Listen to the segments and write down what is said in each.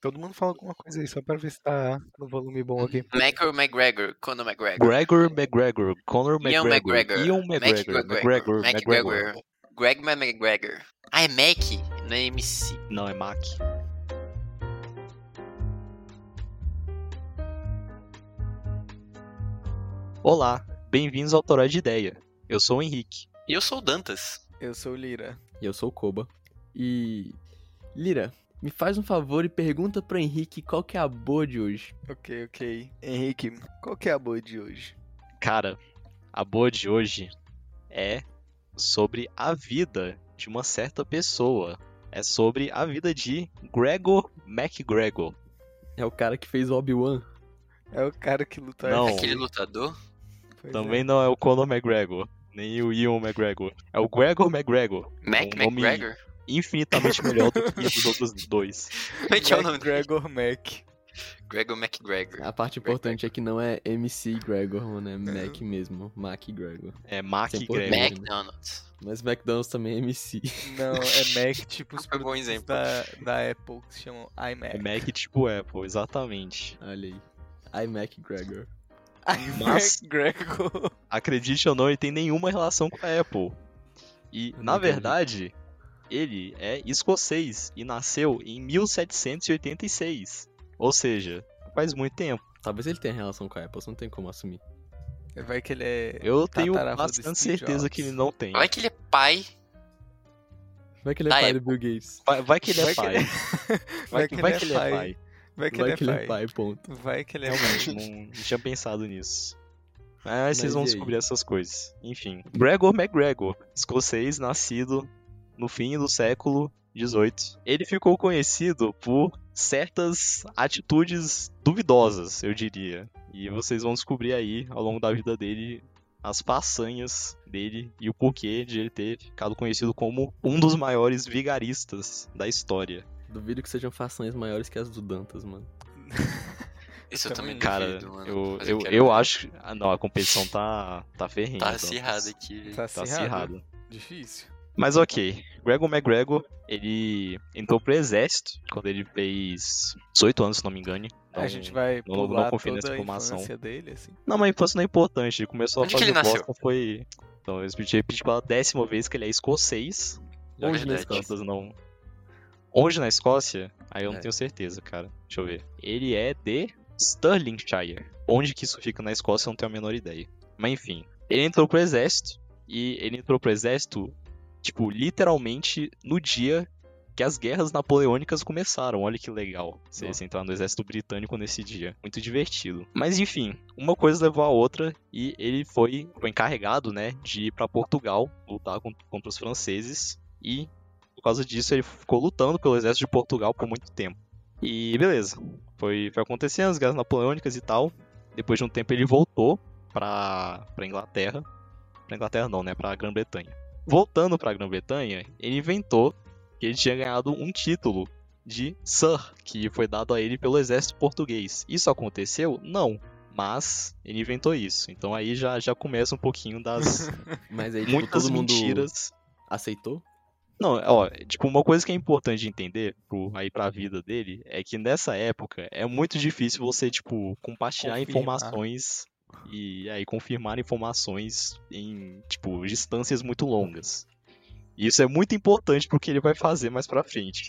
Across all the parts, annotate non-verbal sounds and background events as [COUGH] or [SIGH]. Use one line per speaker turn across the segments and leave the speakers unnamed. Todo mundo fala alguma coisa aí, só pra ver se tá no volume bom aqui.
Uhum.
Michael McGregor, Conor McGregor.
Gregor McGregor, Conor
Ian
McGregor, Ian McGregor, McGregor,
Mac
McGregor.
McGregor. Greg McGregor. Ah, é Mac? Não é MC.
Não, é Mac. Olá, bem-vindos ao Toró de Ideia. Eu sou o Henrique.
E eu sou o Dantas.
Eu sou o Lira.
E eu sou o Koba. E. Lira, me faz um favor e pergunta pro Henrique qual que é a boa de hoje.
Ok, ok. Henrique, qual que é a boa de hoje?
Cara, a boa de hoje é sobre a vida de uma certa pessoa. É sobre a vida de Gregor McGregor.
É o cara que fez o Obi-Wan.
É o cara que luta
Não.
[LAUGHS] Pois
Aquele lutador.
é.
Também não é o Conor McGregor, nem o Ian McGregor. É o Gregor McGregor.
Mac
Um nome- [LAUGHS]
McGregor?
Infinitamente melhor do que
[LAUGHS]
os outros dois.
Como é que é o nome dele?
Gregor Mac.
Gregor
Ah,
McGregor.
A parte importante é que não é MC Gregor, mano, é Mac mesmo. Mac Gregor.
É Mac
Sem
Gregor.
poder.
McDonald's.
Mas McDonald's também é MC.
Não, é Mac, tipo os
Foi um bom
produtos
exemplo.
Da, da Apple que se chamam iMac.
É Mac tipo Apple, exatamente.
[LAUGHS] Olha aí. I Mac Gregor.
[LAUGHS] iMac
Mas-
Gregor.
Acredite ou não, ele tem nenhuma relação com a Apple. E,
Eu
na
não entendi.
verdade, ele é escocês e nasceu em 1786. Ou seja, faz muito tempo.
Talvez ele tenha relação com a Apple, você não tem como assumir.
Vai que ele é...
Eu tenho
Tataravô do
bastante
Steve
certeza
Jobs.
que ele não tem.
Vai que ele é pai.
Vai que ele é
Da
pai do Bill Gates.
Vai, vai que ele é
Vai que
pai.
ele-
Vai que vai que ele é pai.
Vai que
Vai
ele é pai.
ponto.
Vai que ele é pai.
Realmente, não, não tinha pensado nisso. Mas Ah, vocês
Mas
vão
e aí?
descobrir essas coisas. Enfim. Gregor McGregor, escocês, nascido no fim do século XVIII. Ele ficou conhecido por certas atitudes duvidosas, eu diria. E vocês vão descobrir aí, ao longo da vida dele, as façanhas dele e o porquê de ele ter ficado conhecido como um dos maiores vigaristas da história.
Duvido que sejam façanhas maiores que as do Dantas, mano.
Isso eu também
Cara,
duvido, mano.
eu,
Mas é
eu,
quero
eu
ver.
acho. Ah, não, a competição tá, tá ferrenha.
um Tá
então.
acirrado aqui, velho.
Tá
Tá
acirrado?
acirrado.
Difícil.
Mas ok, Gregor McGregor, ele entrou pro exército quando ele fez 18 anos, se não me engano.
É,
Então,
a gente vai
não- não
pular
confio nessa
toda a
informação.
infância dele, assim.
Não, mas infância não é importante, ele começou
Onde
a
que
fazer
ele nasceu?
bosta, foi... Então, eu repeti repeti pela décima vez que ele é escocês.
É
Onde na
verdade.
Escócia, não... Onde na Escócia? Aí eu não
É.
tenho certeza, cara. Deixa eu ver. Ele é de Stirlingshire. Onde que isso fica na Escócia, eu não tenho a menor ideia. Mas enfim, ele entrou pro exército e ele entrou pro exército, tipo, literalmente no dia que as guerras napoleônicas começaram. Olha que legal você
Nossa.
entrar no exército britânico nesse dia. Muito divertido. Mas enfim, uma coisa levou a outra e ele foi, foi encarregado, né, de ir pra Portugal lutar con- contra os franceses e por causa disso ele ficou lutando pelo exército de Portugal por muito tempo. E beleza, foi, foi acontecendo as guerras napoleônicas e tal. Depois de um tempo ele voltou pra, pra Inglaterra. Pra Inglaterra não, né? Pra Grã-Bretanha. Voltando pra Grã-Bretanha, ele inventou que ele tinha ganhado um título de Sir, que foi dado a ele pelo exército português. Isso aconteceu? Não. Mas ele inventou isso. Então aí já, já começa um pouquinho
[LAUGHS]
das
Mas aí, tipo,
muitas
todo mundo
mentiras.
aceitou?
Não, ó, tipo, uma coisa que é importante de entender pro, aí pra vida dele é que nessa época é muito difícil você, tipo, compartilhar
Confirmar.
informações e aí confirmar informações em, tipo, distâncias muito longas. E Isso é muito importante pro que ele vai fazer mais pra frente.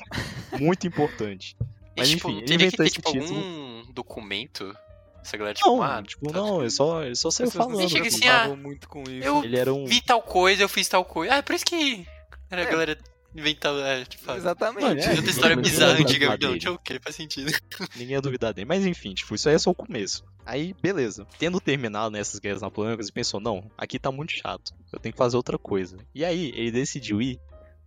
Muito importante. Mas
E, tipo,
enfim, ele
teria que
inventou
ter
esse
tipo,
título.
algum documento. Essa galera, [LAUGHS] tipo, ah,
Não, tipo,
tá-
não, é só, é só
As
saiu
pessoas
falando.
não
Ele
se
chega assim,
preocupavam muito com isso.
Eu
Ele era um.
vi tal coisa, eu fiz tal coisa. Ah, é por isso que era a galera inventava. é, Tipo, ah,
Mano,
Exatamente.
é,
outra história
Ninguém
bizarra
vai
antiga.
lembrar
Não,
dele.
tinha o que, faz sentido.
[LAUGHS] Ninguém ia duvidar dele. Mas enfim, tipo, isso aí é só o começo. Aí, beleza. Tendo terminado nessas guerras napoleônicas, ele pensou, não, aqui tá muito chato. Eu tenho que fazer outra coisa. E aí, ele decidiu ir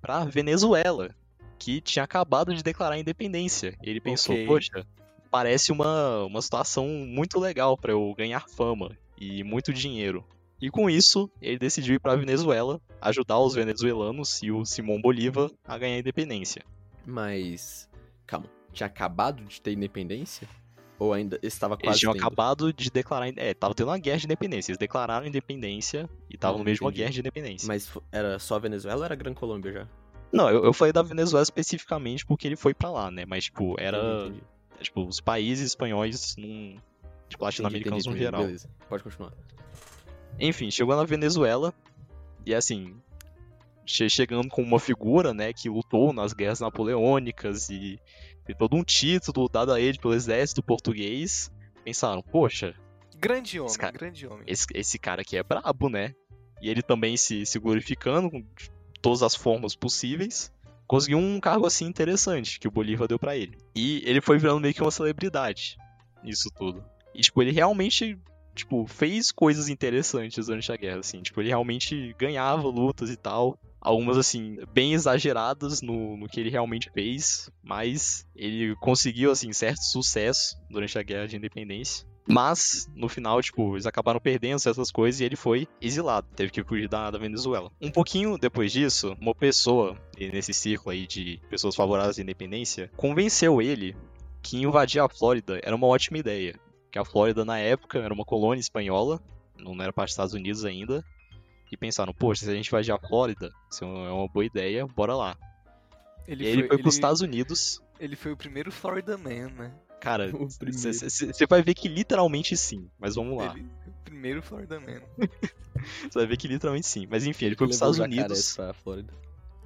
pra Venezuela, que tinha acabado de declarar a independência. Ele pensou,
Ok.
poxa, parece uma, uma situação muito legal pra eu ganhar fama e muito dinheiro. E com isso, ele decidiu ir pra Venezuela, ajudar os venezuelanos e o Simão Bolívar a ganhar a independência.
Mas. Calma. Tinha acabado de ter independência? Ou ainda estava quase.
Eles tinham
tendo?
acabado de declarar. É, tava tendo uma guerra de independência. Eles declararam independência e estavam
Hum,
no meio de uma
entendi.
guerra de independência.
Mas fo- era só Venezuela ou era Gran Colômbia já?
Não, eu, eu falei da Venezuela especificamente porque ele foi pra lá, né? Mas, tipo, era
Entendi, entendi.
É, tipo, os países espanhóis, num, tipo,
Entendi, entendi,
latino-americanos no
entendi.
geral.
Beleza, pode continuar.
Enfim, chegou na Venezuela e assim, che- chegando com uma figura, né, que lutou nas guerras napoleônicas e tem todo um título dado a ele pelo exército português, pensaram, poxa,
Grande homem,
cara-
grande homem.
esse, esse cara aqui é brabo, né? E ele também se, se glorificando com de todas as formas possíveis, conseguiu um cargo assim interessante que o Bolívar deu pra ele. E ele foi virando meio que uma celebridade nisso tudo. E tipo, ele realmente tipo fez coisas interessantes durante a guerra assim, tipo, ele realmente ganhava lutas e tal. Algumas, assim, bem exageradas no, no que ele realmente fez, mas ele conseguiu, assim, certo sucesso durante a Guerra de Independência. Mas, no final, tipo, eles acabaram perdendo essas coisas e ele foi exilado. Teve que fugir da, da Venezuela. Um pouquinho depois disso, uma pessoa, e nesse círculo aí de pessoas favoráveis à independência, convenceu ele que invadir a Flórida era uma ótima ideia. Que a Flórida, na época, era uma colônia espanhola, não era parte dos Estados Unidos ainda. E pensaram, poxa, se a gente invadir a Flórida, isso é uma é uma boa ideia, bora lá. e aí ele foi pros Estados Unidos.
ele foi o primeiro Florida Man, né?
[LAUGHS] Cara,
O primeiro.
você vai ver que literalmente sim, mas vamos lá.
Ele, o primeiro Florida Man.
Você vai ver que literalmente sim. Mas enfim, ele foi
Levou
pros Estados
os jacarés
Unidos.
Pra Flórida.
[LAUGHS]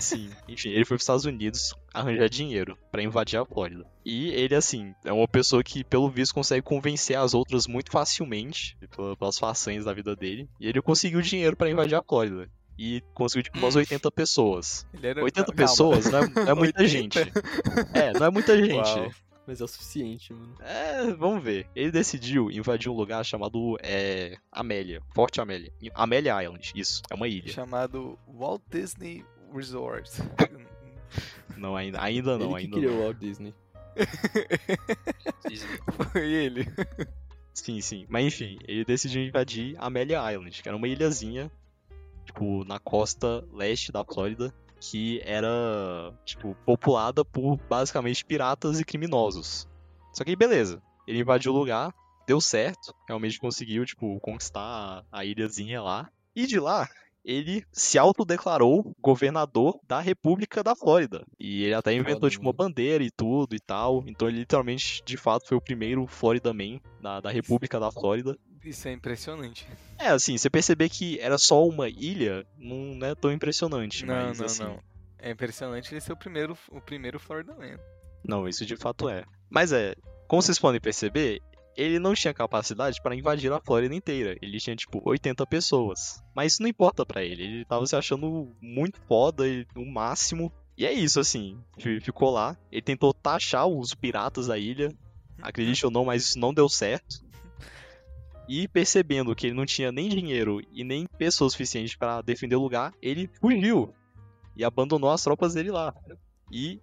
Sim. Enfim, ele foi pros Estados Unidos arranjar dinheiro pra invadir a Flórida. E ele, assim, é uma pessoa que, pelo visto, consegue convencer as outras muito facilmente pela- pelas façanhas da vida dele. E ele conseguiu dinheiro pra invadir a Flórida. E conseguiu, tipo, umas
[LAUGHS]
80 pessoas.
Ele era...
80
Calma.
pessoas não é, não
[LAUGHS]
é muita
80?
gente. É, não é muita gente.
Uau.
Mas é o suficiente, mano.
É, vamos ver. Ele decidiu invadir um lugar chamado é, Amélia, Forte Amélia. Amélia Island, isso, é uma ilha.
Chamado Walt Disney Resort. [LAUGHS]
Não, ainda, ainda não,
ele que
ainda
criou
não.
o Walt Disney.
Disney.
foi ele.
Sim, sim. Mas enfim, ele decidiu invadir Amelia Island, que era uma ilhazinha, tipo, na costa leste da Flórida, que era, tipo, populada por basicamente piratas e criminosos. Só que aí, beleza. Ele invadiu o lugar, deu certo, realmente conseguiu, tipo, conquistar a ilhazinha lá. E de lá, ele se autodeclarou governador da República da Flórida. E ele até inventou,
Foda,
tipo, uma
mano.
bandeira e tudo e tal. Então ele literalmente, de fato, foi o primeiro Florida Man da, da República da Flórida.
Isso é impressionante.
É, assim, você perceber que era só uma ilha, não, não é tão impressionante,
Não,
mas
não,
assim.
não. É impressionante ele ser o primeiro, o primeiro Florida Man.
Não, isso de fato é. Mas é, como vocês podem perceber, ele não tinha capacidade para invadir a Flórida inteira. Ele tinha, tipo, 80 pessoas. Mas isso não importa pra ele. Ele tava se achando muito foda, ele- o máximo. E é isso, assim. Fi- Ficou lá. Ele tentou taxar os piratas da ilha.
Uhum. Hum.
Acredite ou não, mas isso não deu certo. E percebendo que ele não tinha nem dinheiro e nem pessoas suficientes para defender o lugar, ele fugiu e abandonou as tropas dele lá. E,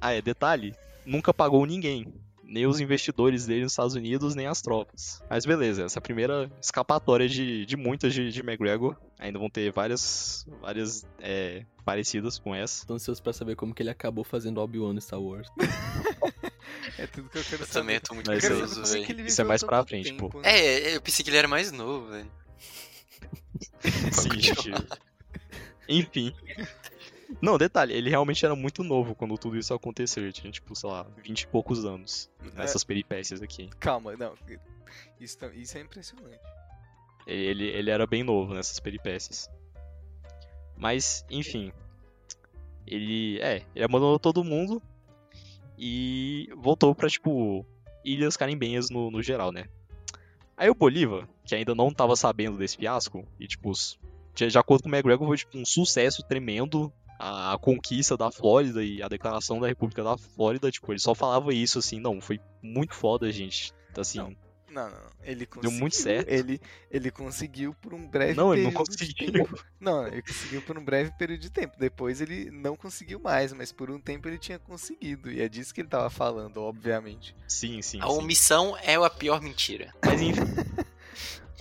ah, é, detalhe, nunca pagou ninguém. Nem os investidores dele nos Estados Unidos, nem as tropas. Mas beleza, essa é a primeira escapatória de, de muitas de, de McGregor. Ainda vão ter várias, várias é, parecidas com essa.
Tô ansioso pra saber como que ele acabou fazendo Obi-Wan no Star Wars.
É tudo que eu quero
Eu
saber.
também tô muito
Mas
quero
eu-
curioso,
saber como é que
velho.
ele
Isso é
viveu
mais pra
tanto
frente,
tempo, né?
É, eu pensei que ele era mais novo, velho.
Sim,
Pode
gente. Enfim. Não, detalhe, ele realmente era muito novo quando tudo isso aconteceu. Ele tinha, tipo, sei lá, 20 e poucos anos
É.
nessas peripécias aqui.
Calma, não. Isso, tá- isso é impressionante.
Ele, ele era bem novo nessas peripécias. Mas, enfim. Ele. É, ele abandonou todo mundo e voltou pra, tipo, Ilhas Carimbenhas no, no geral, né? Aí o Bolívar, que ainda não tava sabendo desse fiasco, e, tipo, s- de, de acordo com o McGregor, foi tipo, um sucesso tremendo. A, a conquista da Flórida e a declaração da República da Flórida, tipo, ele só falava isso assim, não, foi muito foda, gente. Assim,
Não, Não, não, não. Ele
Deu
conseguiu.
muito certo.
Ele, ele conseguiu por um breve
não, ele
período.
não
de
conseguiu.
tempo. Não, ele conseguiu por um breve período de tempo. Depois ele não conseguiu mais, mas por um tempo ele tinha conseguido. E é disso que ele tava falando, obviamente.
Sim, sim.
A
sim.
omissão é a pior mentira.
Mas enfim. [LAUGHS]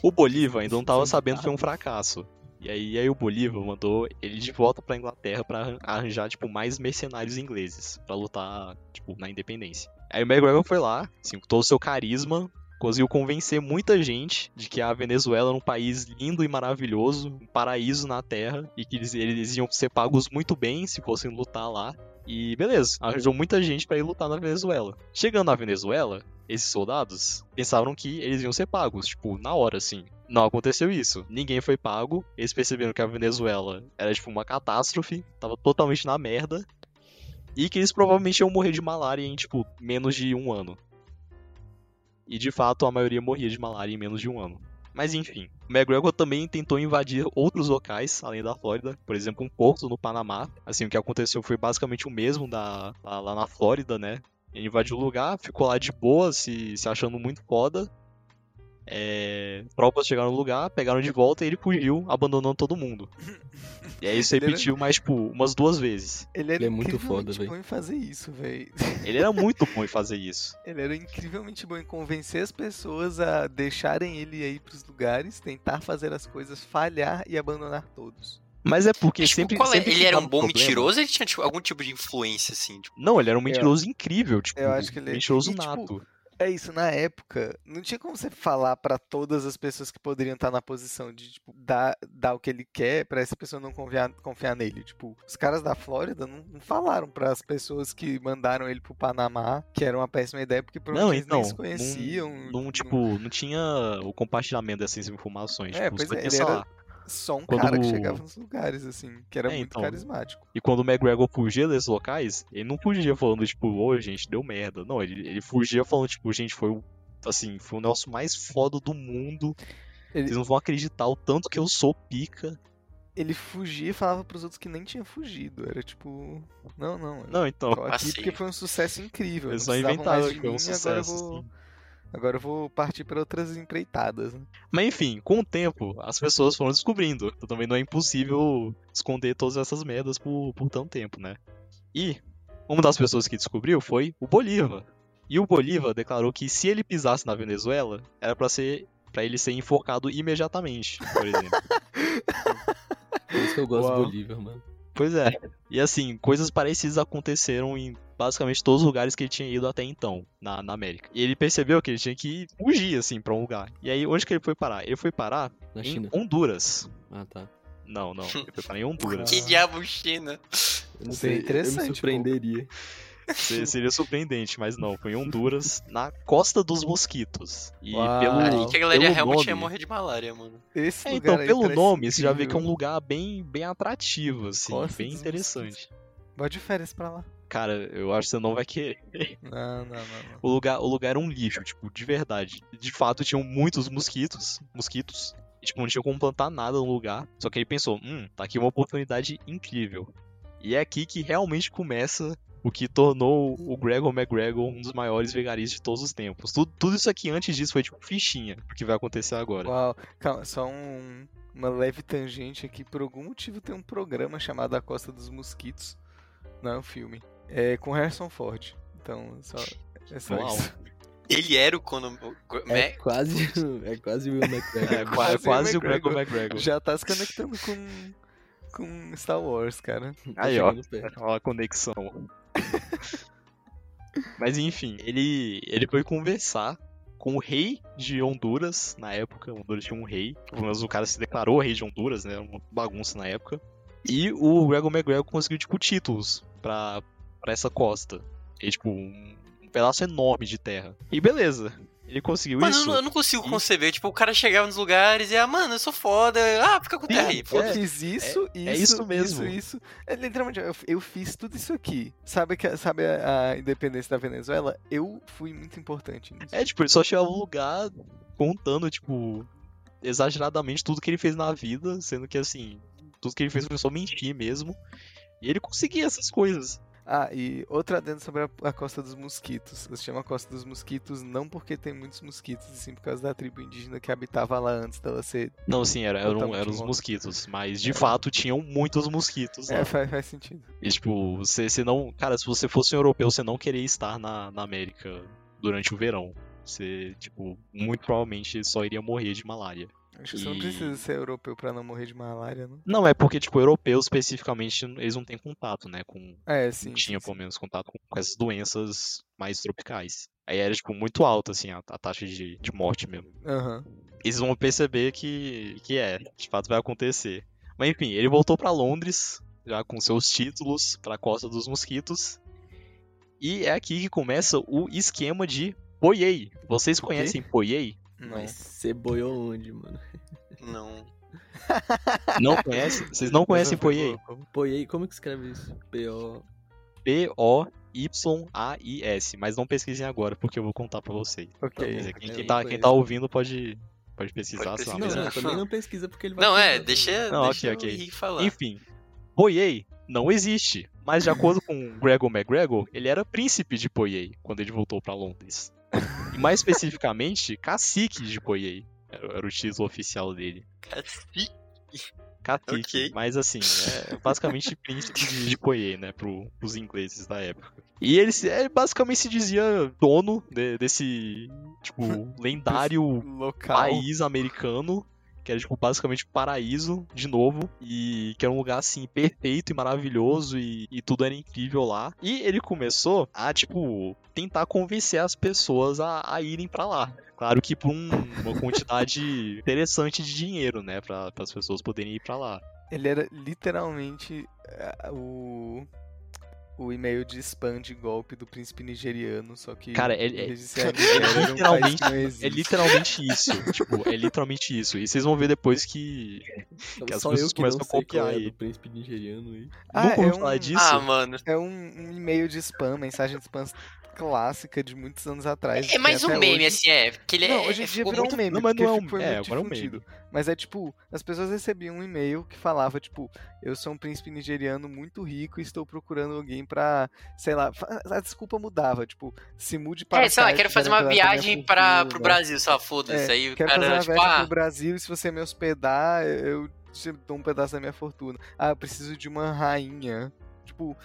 O Bolívar ainda não tava sabendo que foi um fracasso. E aí, aí o Bolívar mandou ele de volta pra Inglaterra pra arran- arranjar, tipo, mais mercenários ingleses pra lutar, tipo, na independência. Aí o McGregor foi lá, assim, com todo o seu carisma, conseguiu convencer muita gente de que a Venezuela era um país lindo e maravilhoso, um paraíso na terra, e que eles, eles iam ser pagos muito bem se fossem lutar lá. E beleza, ajudou muita gente pra ir lutar na Venezuela. Chegando na Venezuela, esses soldados pensaram que eles iam ser pagos, tipo, na hora, assim. Não aconteceu isso. Ninguém foi pago. Eles perceberam que a Venezuela era, tipo, uma catástrofe. Tava totalmente na merda. E que eles provavelmente iam morrer de malária em, tipo, menos de um ano. E de fato, a maioria morria de malária em menos de um ano. Mas enfim, o McGregor também tentou invadir outros locais além da Flórida, por exemplo, um porto no Panamá. Assim, o que aconteceu foi basicamente o mesmo da, lá, lá na Flórida, né? Ele invadiu o lugar, ficou lá de boa, se, se achando muito foda. É, tropas chegaram no lugar, pegaram de volta e ele fugiu, abandonando todo mundo. E aí isso repetiu mais, tipo, umas duas vezes.
Ele era
Ele é muito
incrivelmente
foda, véi.
bom em fazer isso, velho.
Ele era muito bom em fazer isso.
[LAUGHS] Ele era incrivelmente bom em convencer as pessoas a deixarem ele aí pros lugares, tentar fazer as coisas, falhar e abandonar todos.
Mas é porque
Mas, tipo,
sempre,
qual é?
sempre
Ele
que
era
dava
um bom
problema-
mentiroso ou ele tinha tipo, algum tipo de influência, assim? Tipo,
Não, ele era um mentiroso incrível, tipo,
eu acho que ele-
mentiroso
e, tipo,
nato.
É isso, na época, não tinha como você falar pra todas as pessoas que poderiam estar na posição de, tipo, dar, dar o que ele quer pra essa pessoa não confiar, confiar nele. Tipo, os caras da Flórida não, não falaram pras pessoas que mandaram ele pro Panamá, que era uma péssima ideia, porque
Não,
provavelmente
então,
eles nem se conheciam.
Não, não, tipo, não tinha o compartilhamento dessas informações.
É,
tipo,
pois
você
é,
pensa
ele era
lá.
só um
quando-
cara que chegava nos lugares, assim, que era
É,
muito
então.
carismático.
E quando o McGregor fugia desses locais, ele não fugia falando, tipo, ô, gente, deu merda. Não, ele, ele fugia falando, tipo, gente, foi o. Assim, foi o negócio mais foda do mundo.
Ele-
Vocês não vão acreditar o tanto que eu sou pica.
Ele fugia e falava pros outros que nem tinha fugido. Era tipo, não, não, eu
Não, então.
tô aqui porque
Passei.
foi um sucesso incrível.
Eles
não
só
precisavam mais
inventaram
de
que foi um
mim, agora eu
sucesso.
vou
assim.
Agora eu vou partir para outras empreitadas. né?
Mas enfim, com o tempo, as pessoas foram descobrindo. Então também não é impossível esconder todas essas merdas por, por tanto tempo, né? E uma das pessoas que descobriu foi o Bolívar. E o Bolívar declarou que se ele pisasse na Venezuela, era pra ser para ele ser enforcado imediatamente, por exemplo. [LAUGHS]
Por isso que eu gosto
Uau.
do Bolívar, mano.
pois é. E assim, coisas parecidas aconteceram em basicamente todos os lugares que ele tinha ido até então, na, na América. E ele percebeu que ele tinha que fugir, assim, pra um lugar. E aí, onde que ele foi parar? Ele foi parar
Na
em
China.
Honduras.
Ah, tá.
[LAUGHS]
Não, não. Eu preparei em Honduras.
que diabo China?
Eu não
é
Seria
sei,
interessante,
eu
pô.
me surpreenderia.
Se- Seria surpreendente, mas não. Foi em
[LAUGHS]
Honduras, na Costa dos Mosquitos. E
Uau.
pelo.
Ali
Que a galera
pelo
realmente
nome...
ia morrer de malária, mano.
Esse
É,
lugar
então,
aí
pelo
parece
nome, você já vê que é
incrível.
um lugar bem, bem atrativo, assim,
Costa
bem
dos
interessante.
Vai de férias pra lá.
Cara, eu acho que você não vai querer.
Não, não, não. não.
O lugar, o lugar era um lixo, tipo, de verdade. De fato, tinham muitos mosquitos. Mosquitos. E, tipo, não tinha como plantar nada no lugar. Só que ele pensou, hum, tá aqui uma oportunidade incrível. E é aqui que realmente começa o que tornou o Gregor McGregor um dos maiores veganistas de todos os tempos. Tudo, tudo isso aqui antes disso foi tipo fichinha, o que vai acontecer agora.
Uau, calma, só um- uma leve tangente aqui. Por algum motivo tem um programa chamado A Costa dos Mosquitos. Não é um filme. É com Harrison Ford. Então, só. É só
Uau.
isso. [LAUGHS]
Ele era o Conor... o né? Go-
É
tipo
Me-
quase, [LAUGHS] é quase o Will Tá
É,
McGregor.
qua-
quase o
quase o
McGregor.
Gregor McGregor.
Já tá se conectando com. Com Star Wars, cara.
Tá
Aí, ó.
chegando
[LAUGHS]
perto.
Ó, a conexão. Mas enfim, ele, ele foi conversar com o rei de Honduras, na época. Honduras tinha um rei. Pelo menos o cara se declarou rei de Honduras, né? Era uma bagunça na época. E o Gregor McGregor conseguiu, tipo, títulos pra, pra essa costa. E, tipo, um, um pedaço enorme de terra. E beleza, ele conseguiu
Mano, eu
isso.
não- eu não consigo
Isso.
conceber. Tipo, o cara chegava nos lugares e, ah, mano, eu sou foda. Ah, fica com
Sim,
terra aí.
é.
Eu
foda-se.
fiz isso, isso,
é isso mesmo.
Isso, isso. É, literalmente, eu, eu fiz tudo isso aqui. Sabe, que, sabe a, a independência da Venezuela? Eu fui muito importante nisso.
É, tipo, ele só chegava no lugar contando, tipo, exageradamente tudo que ele fez na vida, sendo que, assim, tudo que ele fez foi só mentir mesmo. E ele conseguia essas coisas.
Ah, e outra adendo sobre a, a Costa dos Mosquitos. Ela se chama Costa dos Mosquitos não porque tem muitos mosquitos, e sim por causa da tribo indígena que habitava lá antes dela ser.
Não, sim, era, eram,
Totalmente
eram os
louco.
mosquitos, mas de fato tinham muitos mosquitos lá.
É, faz, faz sentido.
E, tipo, você, você não. Cara, se você fosse um europeu, você não queria estar na, na América durante o verão. Você, tipo, muito provavelmente só iria morrer de malária.
Acho que você não
E-
precisa ser europeu pra não morrer de malária, não?
Não, é porque, tipo, europeus especificamente, eles não têm contato, né, com,
É, sim.
tinha
sim,
pelo menos contato com com essas doenças mais tropicais. Aí era tipo muito alta assim a, a taxa de, de morte mesmo.
sim. Aham.
Eles vão perceber que que é, de fato vai acontecer. Mas enfim, ele voltou pra Londres já com seus títulos para a Costa dos Mosquitos. E é aqui que começa o esquema de Poiei. Vocês conhecem
[LAUGHS]
Poiei?
Não.
Mas você boiou onde, mano?
Não.
Não conhecem? Vocês não conhecem Poiei?
Boiei, como que escreve isso? P.O.
P-O-Y-A-I-S. Mas não pesquisem agora, porque eu vou contar pra vocês. Quer
é
dizer,
Ok.
quem,
eu
quem,
não
tá, quem tá ouvindo pode, pode pesquisar.
Pode
sei lá,
Não,
pesquisar.
mas é-
não, também não pesquisa porque ele vai.
Não, é,
contar, né?
deixa,
Não,
deixa
ok, ok.
o Henrique falar.
Enfim, Poyei não existe, mas de acordo com Gregor McGregor, ele era príncipe de Poyei quando ele voltou pra Londres. E mais especificamente, cacique de Poyei. Era era o título oficial dele.
Cacique.
Cacique.
Ok.
Mas assim, é basicamente príncipe de de Poyei, né? Pro, pros ingleses da época. E ele, se- ele basicamente se dizia dono de- desse, tipo, lendário
Local.
país americano, que era tipo basicamente um paraíso de novo, e que era um lugar assim perfeito e maravilhoso e, e tudo era incrível lá. E ele começou a tipo tentar convencer as pessoas a, a irem pra lá. Claro que por um- uma
[LAUGHS]
quantidade interessante de dinheiro, né, para as pessoas poderem ir pra lá.
Ele era literalmente ah, o. O e-mail de spam de golpe do príncipe nigeriano, só que.
Cara, ele-
o
é-
registro nigeriano era um país
literalmente-
que não
É
existe.
literalmente isso,
[LAUGHS]
tipo, é literalmente isso. E vocês vão ver depois que
Então,
que as
Só eu
pessoas
que não
começam a
sei qual
copiar
é
aí.
do príncipe nigeriano aí.
Ah,
nunca ouviu
é um-
falar disso.
Ah, mano.
É um, um e-mail de spam, mensagem de spam clássica de muitos anos atrás.
É mais
que até
um meme,
hoje-
assim, é. Porque ele
Não,
é.
hoje em dia
ficou
virou
muito-
um meme,
Não, mas
porque
não é um-
foi
é,
muito
agora é um meme.
difundido. Mas é tipo, as pessoas recebiam um e-mail que falava, tipo, eu sou um príncipe nigeriano muito rico e estou procurando alguém pra, sei lá, fa- a desculpa mudava, tipo, se mude para né,
É, sei lá,
cá,
quero
que
fazer
vai
uma
revelar minha
viagem pra, pro
fortuna.
Brasil, só foda-se.
É,
aí o
Quero fazer uma
cara, tipo,
viagem
ah,
pro Brasil e se você me hospedar, eu te dou um pedaço da minha fortuna. Ah, eu preciso de uma rainha. Tipo,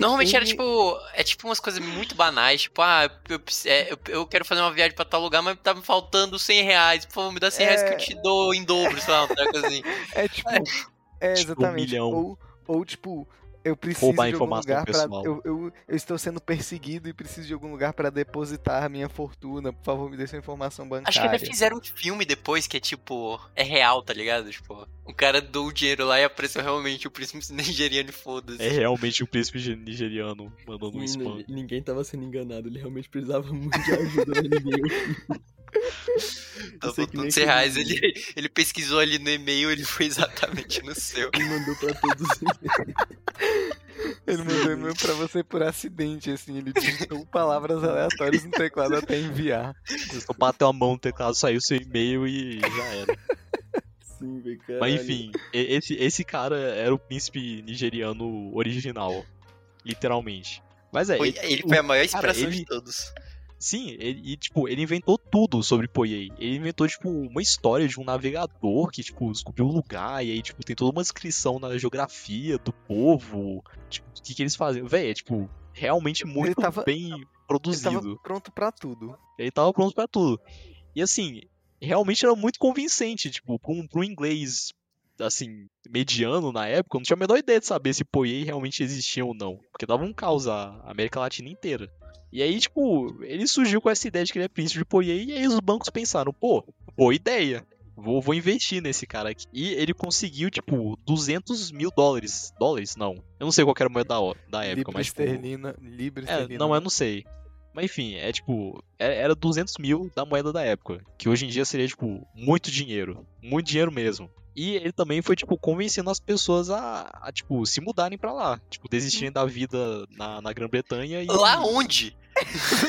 Normalmente era
Ele-
tipo. É tipo umas coisas muito banais, tipo, ah, eu, preci- é, eu- eu quero fazer uma viagem pra tal lugar, mas tá me faltando 100 reais. Por favor, me dá 100 reais que eu te dou em dobro, sei lá, uma coisa
[LAUGHS]
assim.
é tipo, é
Tipo, um
exatamente.
milhão.
ou, ou tipo, eu preciso
Roubar
de algum
informação
lugar pra.
pessoal.
Eu, eu, eu estou sendo perseguido e preciso de algum lugar pra depositar a minha fortuna. Por favor, me dê sua informação bancária.
Acho que ainda fizeram um filme depois que é tipo. É real, tá ligado? Tipo, o cara deu o dinheiro lá e apareceu realmente o príncipe nigeriano e foda-se. tá
É realmente o príncipe nigeriano mandando um
Sim,
spam.
ninguém- Ninguém tava sendo enganado, ele realmente precisava [LAUGHS] muito de ajuda, mas ninguém.
Tá
eu sei que
faltando
nem
100 reais.
aquele-
Ele, ele pesquisou ali no e-mail, ele foi exatamente no seu.
Ele mandou pra todos os.
Ele mandou um e-mail
assim.
pra você por acidente, assim. Ele digitou palavras aleatórias no teclado até enviar.
Só bateu a mão no teclado, saiu seu e-mail e já era.
[LAUGHS] Sim, velho, caralho.
Mas
[LAUGHS]
enfim, e- esse, esse cara era o príncipe nigeriano original. Literalmente. Mas é,
Foi-
ele-
ele
o-
foi a maior
cara,
inspiração
ele-
de todos.
sim, ele, e, tipo, ele inventou tudo sobre Poyei. Ele inventou, tipo, uma história de um navegador que, tipo, descobriu um lugar e aí, tipo, tem toda uma descrição na geografia do povo. Tipo, o que, que eles faziam. Véi, é, tipo, realmente muito
tava-
bem
Ele
produzido.
tava pronto pra tudo.
Ele tava pronto pra tudo. E assim, realmente era muito convincente, tipo, pra um, pra um inglês, assim, mediano na época, eu não tinha a menor ideia de saber se Poyei realmente existia ou não. Porque dava um caos a América Latina inteira. E aí, tipo, ele surgiu com essa ideia de que ele é príncipe de Poyei, e aí os bancos pensaram, pô, boa ideia. Vou, vou investir nesse cara aqui. E ele conseguiu, tipo, 200 mil dólares. Dólares? Não. Eu não sei qual que era a moeda da, o- da época,
Libra
mas, tipo,
esterlina. Libra
é,
esterlina.
não, eu não sei. Mas enfim, é tipo. é- Era 200 mil da moeda da época. Que hoje em dia seria, tipo, muito dinheiro. Muito dinheiro mesmo. E ele também foi, tipo, convencendo as pessoas a, a, tipo, se mudarem pra lá. Tipo, desistirem da vida na, na Grã-Bretanha e.
Lá onde?
[LAUGHS]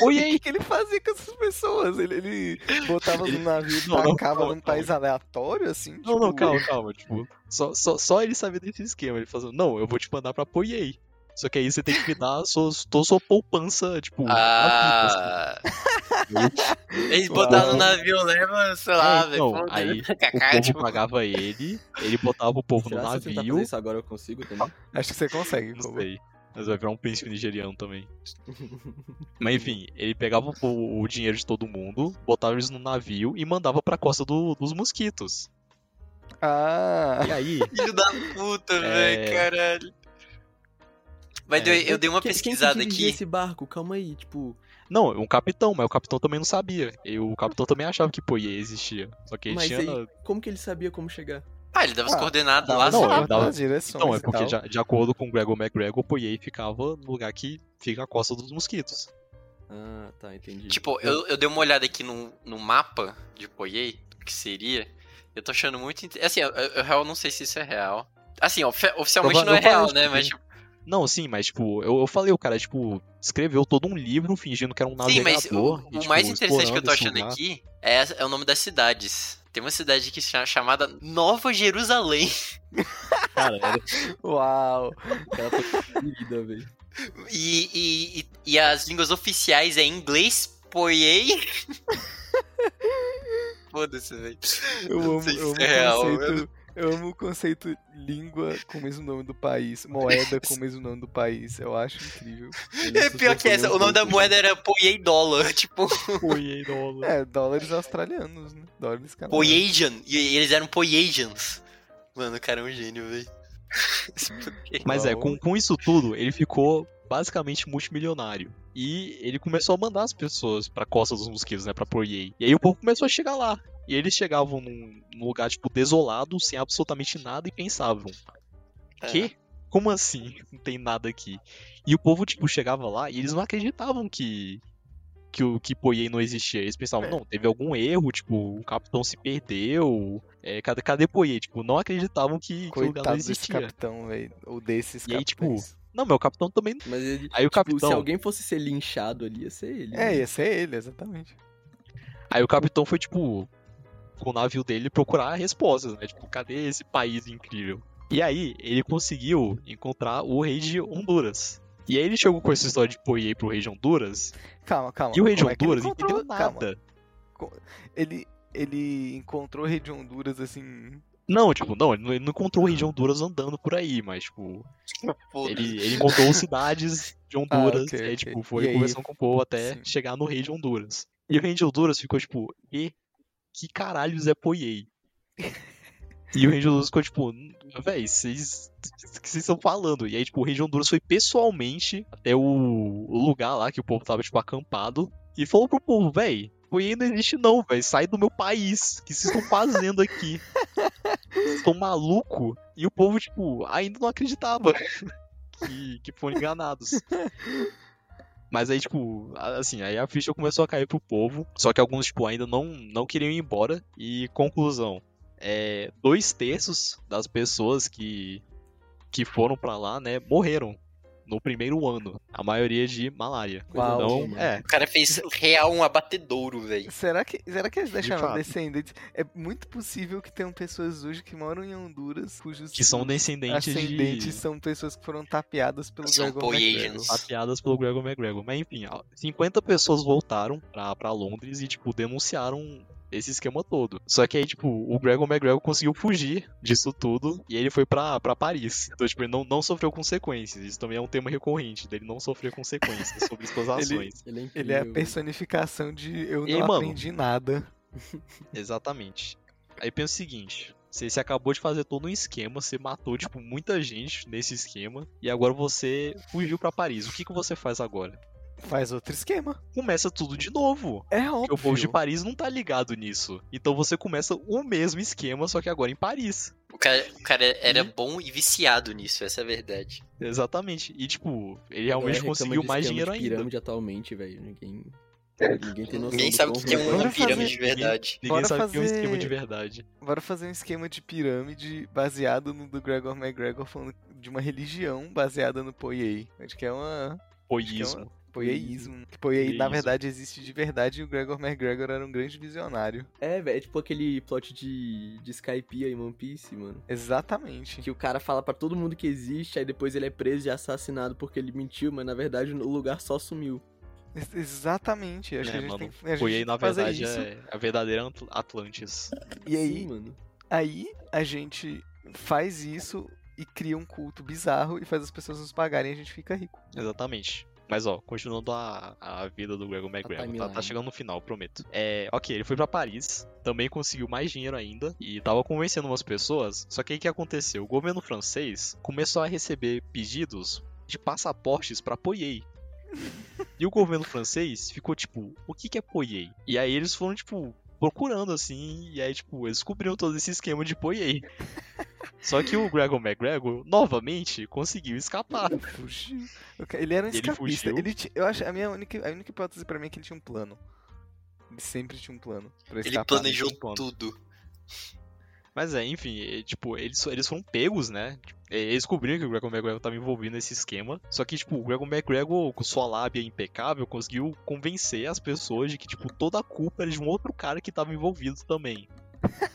[LAUGHS]
Oi,
O
aí!
que, que ele fazia com essas pessoas? Ele, ele botava no navio e
[LAUGHS] Não, não,
tacava
calma,
num país aleatório, assim?
Não, não,
Tipo,
calma, calma. Tipo, só, só, só ele sabia desse esquema. Ele falou, assim, não, eu vou te mandar pra Poyei. Só que aí você tem que me dar a sua, toda a sua poupança, tipo, na vida, assim.
Ah. Eles botaram no navio, leva, sei lá,
É,
velho.
então,
foda-se. [LAUGHS]
aí o
Cacá,
povo
tipo,
pagava ele, ele botava o povo
Será
no
que se eu tentar
navio.
fazer isso agora eu consigo também?
Acho que você consegue,
Não
Kobo.
sei. Mas vai virar um príncipe nigeriano também. Mas enfim, ele pegava o, o dinheiro de todo mundo, botava eles no navio e mandava pra costa do- dos mosquitos.
Ah,
[LAUGHS] E aí,
filho da puta, velho, caralho. Mas
É.
eu, eu dei uma
Quem- quem que
pesquisada
dirigia
aqui.
esse barco, calma aí, tipo.
não, um capitão, mas o capitão também não sabia. E o capitão também achava que Poie existia. Só que ele
Mas
tinha.
aí, como que ele sabia como chegar?
Ah, ele dava as
Ah,
coordenadas
Dava
lá,
as
não,
sei lá.
eu dava-
as direções
Não, é
e
porque
tal.
de, de acordo com o Gregor McGregor, o Poirier ficava no lugar que fica a costa dos mosquitos.
Ah, tá, entendi.
Tipo,
[LAUGHS]
eu, eu dei uma olhada aqui no, no mapa de Poyei, o que seria. Eu tô achando muito. inte- Assim, eu, eu, eu real não sei se isso é real. Assim, ofi- oficialmente
Eu fa-
não é
eu falei
real,
isso
né?
também.
Mas, tipo,
Não, sim, mas tipo, eu, eu falei, o cara, tipo, escreveu todo um livro fingindo que era um
sim,
navegador.
mas o,
e,
o
tipo,
mais interessante que eu tô
explorando
achando
esse lugar.
aqui é, é o nome das cidades. Tem uma cidade aqui cha- chamada Nova Jerusalém. [LAUGHS]
Cara, era,
Uau.
O cara tá vida, velho.
E, e, e, e as línguas oficiais é inglês, Poyei. [LAUGHS] Foda-se, velho.
Eu
Não
amo,
sei se
eu amo
é real,
o conceito, eu amo o conceito língua com o mesmo nome do
[LAUGHS]
país, moeda com o mesmo nome do país. Eu acho incrível.
[LAUGHS] É pior que
né?
essa, o nome da moeda era Poyei dólar. [LAUGHS] Tipo,
Poirier, não,
É, dólares australianos, né? Dólares canadenses.
Poyasian. E eles eram Poyasians. Mano, o cara é um gênio, velho.
Mas é,
Não.
com, com isso tudo, ele ficou basicamente multimilionário. E ele começou a mandar as pessoas pra costa dos mosquitos, né? Pra Poirier. E aí o povo começou a chegar lá. E eles chegavam num, num lugar, tipo, desolado, sem absolutamente nada e pensavam:
É.
quê? Como assim? [LAUGHS] Não tem nada aqui. E o povo, tipo, chegava lá e eles não acreditavam que. Que o que Poirier não existia. Eles pensavam,
É.
não, teve algum erro, tipo, o capitão se perdeu. É, cadê, cadê Poirier? Tipo, não acreditavam que, que tipo, o lugar não
Coitado desse
existia.
capitão, velho. Ou desses
E aí, tipo,
capitães.
Não, meu capitão também
Mas ele,
Aí o
tipo,
capitão.
se alguém fosse ser linchado ali, ia ser ele.
É,
né?
ia ser ele, exatamente.
Aí o capitão foi, tipo, com o navio dele procurar respostas, né? Tipo, cadê esse país incrível? E aí, ele conseguiu encontrar o rei de Honduras. E aí ele chegou com essa história de Poirier pro rei de Honduras.
Calma, calma.
e o rei de
como é que ele
Honduras
encontrou-
entendeu
calma.
nada.
Ele, ele encontrou o rei de Honduras, assim...
Não, tipo, não, ele não- ele não encontrou o rei de Honduras andando por aí, mas, tipo, ele, ele montou cidades de Honduras.
Ah, ok,
e aí,
ok.
tipo,
E
foi
aí?
conversando com o povo até
Sim.
chegar no rei de Honduras. E o rei de Honduras ficou, tipo, e que caralhos é Poiei? E o Rei de Honduras ficou tipo, véi, vocês. O que vocês estão falando? E aí, tipo, o Rei de Honduras foi pessoalmente até o, o lugar lá que o povo tava, tipo, acampado e falou pro povo, véi, Poiei não existe não, véi, sai do meu país, o que vocês estão fazendo aqui? Vocês estão maluco? E o povo, tipo, ainda não acreditava [LAUGHS] que, que foram enganados. Mas aí, tipo, a- assim, aí a ficha começou a cair pro povo. Só que alguns, tipo, ainda não, não queriam ir embora. E conclusão: é, dois terços das pessoas que, que foram pra lá, né, morreram no primeiro ano. A maioria de malária.
Coisa
Uau.
horrível,
Então,
mano.
é.
O cara fez real um abatedouro, velho.
Será que, será que eles deixaram
fato.
descendentes? É muito possível que tenham pessoas hoje que moram em Honduras, cujos
Que são descendentes
ascendentes
de.
são pessoas que foram tapeadas pelo
São
um
Gregor
Poyasians.
McGregor.
Tapeadas pelo Gregor McGregor. Mas enfim, a- 50 pessoas voltaram pra, pra Londres e, tipo, denunciaram esse esquema todo. Só que aí, tipo, o Gregor McGregor conseguiu fugir disso tudo e ele foi pra, pra Paris. Então, tipo, ele não, não sofreu consequências. Isso também é um tema recorrente, dele não sofrer consequências sobre suas ações.
Ele é incrível.
Ele é a
velho.
personificação de eu
E
não
aí, mano?
aprendi nada.
Exatamente. Aí pensa o seguinte. Você, você acabou de fazer todo um esquema, você matou, tipo, muita gente nesse esquema, e agora você fugiu pra Paris. O que, que você faz agora?
Faz outro esquema.
Começa tudo de novo.
É
Porque
óbvio.
o povo de Paris não tá ligado nisso. Então você começa o mesmo esquema, só que agora em Paris.
O cara, o cara era bom e viciado nisso, essa é a verdade.
Exatamente. E tipo, ele
A galera
realmente
é reclama
conseguiu
de
mais
esquema
dinheiro
de
ainda.
pirâmide atualmente, velho. Ninguém. Ninguém tem noção
Ninguém
do
sabe o
quão
que é
ruim
uma
Bora fazer-
pirâmide de verdade.
Ninguém
Bora
sabe o que é um
fazer-
esquema de verdade.
Bora fazer um esquema de pirâmide baseado no do Gregor McGregor falando de uma religião baseada no Poyei. Acho que um- é uma
Poísmo.
Poyeísmo. Que Poyei, na
Poieísmo.
verdade, existe de verdade e o Gregor McGregor era um grande visionário.
É, velho, é tipo aquele plot de, de Skype em One Piece, mano.
Exatamente.
Que o cara fala pra todo mundo que existe, aí depois ele é preso e assassinado porque ele mentiu, mas na verdade o lugar só sumiu.
Ex- Exatamente. Acho
É,
que a gente
mano.
tem que. a gente
Poiei,
tem
na
que fazer
verdade,
isso.
é a verdadeira Atl- Atlantis.
E aí,
Sim, mano.
Aí a gente faz isso e cria um culto bizarro e faz as pessoas nos pagarem e a gente fica rico.
Exatamente. Mas ó, continuando a, a vida do Gregor McGregor, tá,
timeline.
tá chegando no final, prometo. É, ok, ele foi pra Paris, também conseguiu mais dinheiro ainda e tava convencendo umas pessoas. Só que aí o que aconteceu? O governo francês começou a receber pedidos de passaportes pra Poiei. E o governo francês ficou tipo, o que que é Poiei? E aí eles foram tipo, procurando, assim, e aí, tipo, eles descobriram todo esse esquema de pô, e aí? Só que o Gregor McGregor, novamente, conseguiu escapar.
Fugiu. O ca- Ele era um
Ele
escapista.
fugiu.
Ele ti- eu acho, a minha única, a única hipótese pra mim é que ele tinha um plano. Ele sempre tinha um plano pra
Ele
escapar.
planejou
plano.
tudo.
Mas é, enfim, é, tipo, eles, eles foram pegos, né? É, Eles descobriram que o Gregor McGregor tava envolvido nesse esquema. Só que, tipo, o Gregor McGregor, com sua lábia impecável, conseguiu convencer as pessoas de que, tipo, toda a culpa era de um outro cara que tava envolvido também.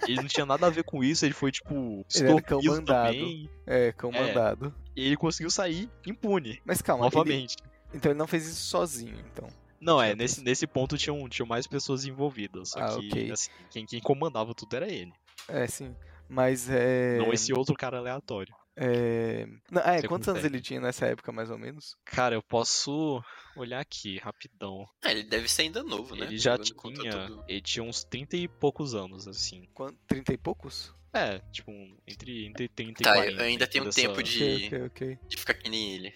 Ele não tinha nada a ver com isso, ele foi, tipo,
[LAUGHS] Ele era cão
extorquido
mandado.
também.
É, cão
É.
mandado.
E ele conseguiu sair impune,
Mas calma, ele,
novamente.
então ele não fez isso sozinho, então.
Não, é,
tinha
nesse, nesse ponto tinham, tinham mais pessoas envolvidas. Só
Ah,
que,
ok.
assim, quem, quem comandava tudo era ele.
É, sim. Mas é.
Não esse outro cara aleatório.
é... Não, ah, é,
Você
quantos anos
consegue.
ele tinha nessa época, mais ou menos?
Cara, eu posso olhar aqui rapidão.
Ah, ele deve ser ainda novo, né?
Ele já
Levando em conta
tinha.
tudo.
Ele tinha uns 30 e poucos anos, assim.
Quanto? Trinta e poucos?
É, tipo, um- entre, entre 30 e
Tá, eu
40.
ainda tenho
dessa-
tempo de-
Ok,
E-
ok, ok.
De ficar que nem ele.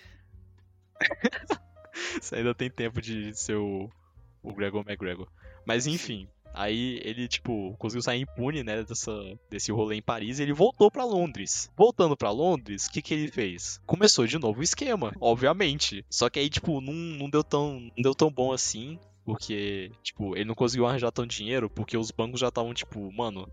Você [LAUGHS] ainda tem tempo de ser o, o Gregor McGregor. Mas enfim, aí ele, tipo, conseguiu sair impune, né, dessa, desse rolê em Paris e ele voltou pra Londres. Voltando pra Londres, o que, que ele fez? Começou de novo o esquema, obviamente. Só que aí, tipo, não, não, deu, tão, não deu tão bom assim, porque, tipo, ele não conseguiu arranjar tanto dinheiro, porque os bancos já estavam, tipo, mano.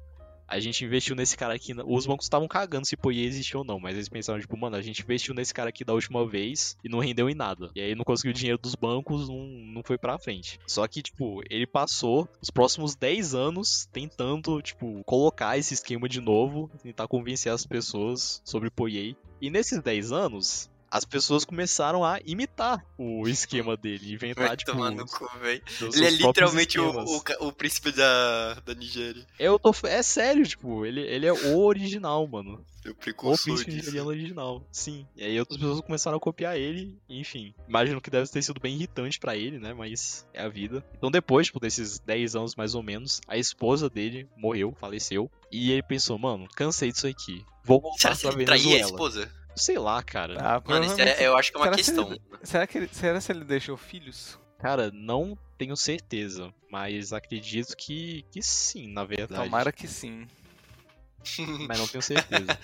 A gente investiu nesse cara aqui. Os bancos estavam cagando se podia existir ou não, mas eles pensaram, tipo, mano, a gente investiu nesse cara aqui da última vez e não rendeu em nada. E aí não conseguiu o dinheiro dos bancos, não, não foi pra frente. Só que, tipo, ele passou os próximos 10 anos tentando, tipo, colocar esse esquema de novo, tentar convencer as pessoas sobre Poyei. E nesses 10 anos. As pessoas começaram a imitar o esquema dele, inventar,
Vai
tipo,
tomar no cu, velho.
Então, seus
Ele é
próprios
literalmente o,
esquemas.
o, ca- o príncipe da, da Nigéria.
Eu tô... É sério, tipo, ele, ele é o original, mano.
O
O
precursor
príncipe
disso.
nigeriano original, sim. E aí outras pessoas começaram a copiar ele, e, enfim. Imagino que deve ter sido bem irritante pra ele, né? Mas é a vida. Então depois, tipo, desses 10 anos mais ou menos, a esposa dele morreu, faleceu. E ele pensou, mano, cansei disso aqui. Vou
Será
voltar
que
pra
ele traía a
Venezuela.
esposa?
Sei lá, cara.
Ah,
Mano, isso
provavelmente-
é- eu acho que é uma
Será que
questão.
ele- será, que ele, será se ele deixou filhos?
Cara, não tenho certeza. Mas acredito que, que sim, na verdade.
Tomara que sim.
Mas não
[LAUGHS]
tenho certeza.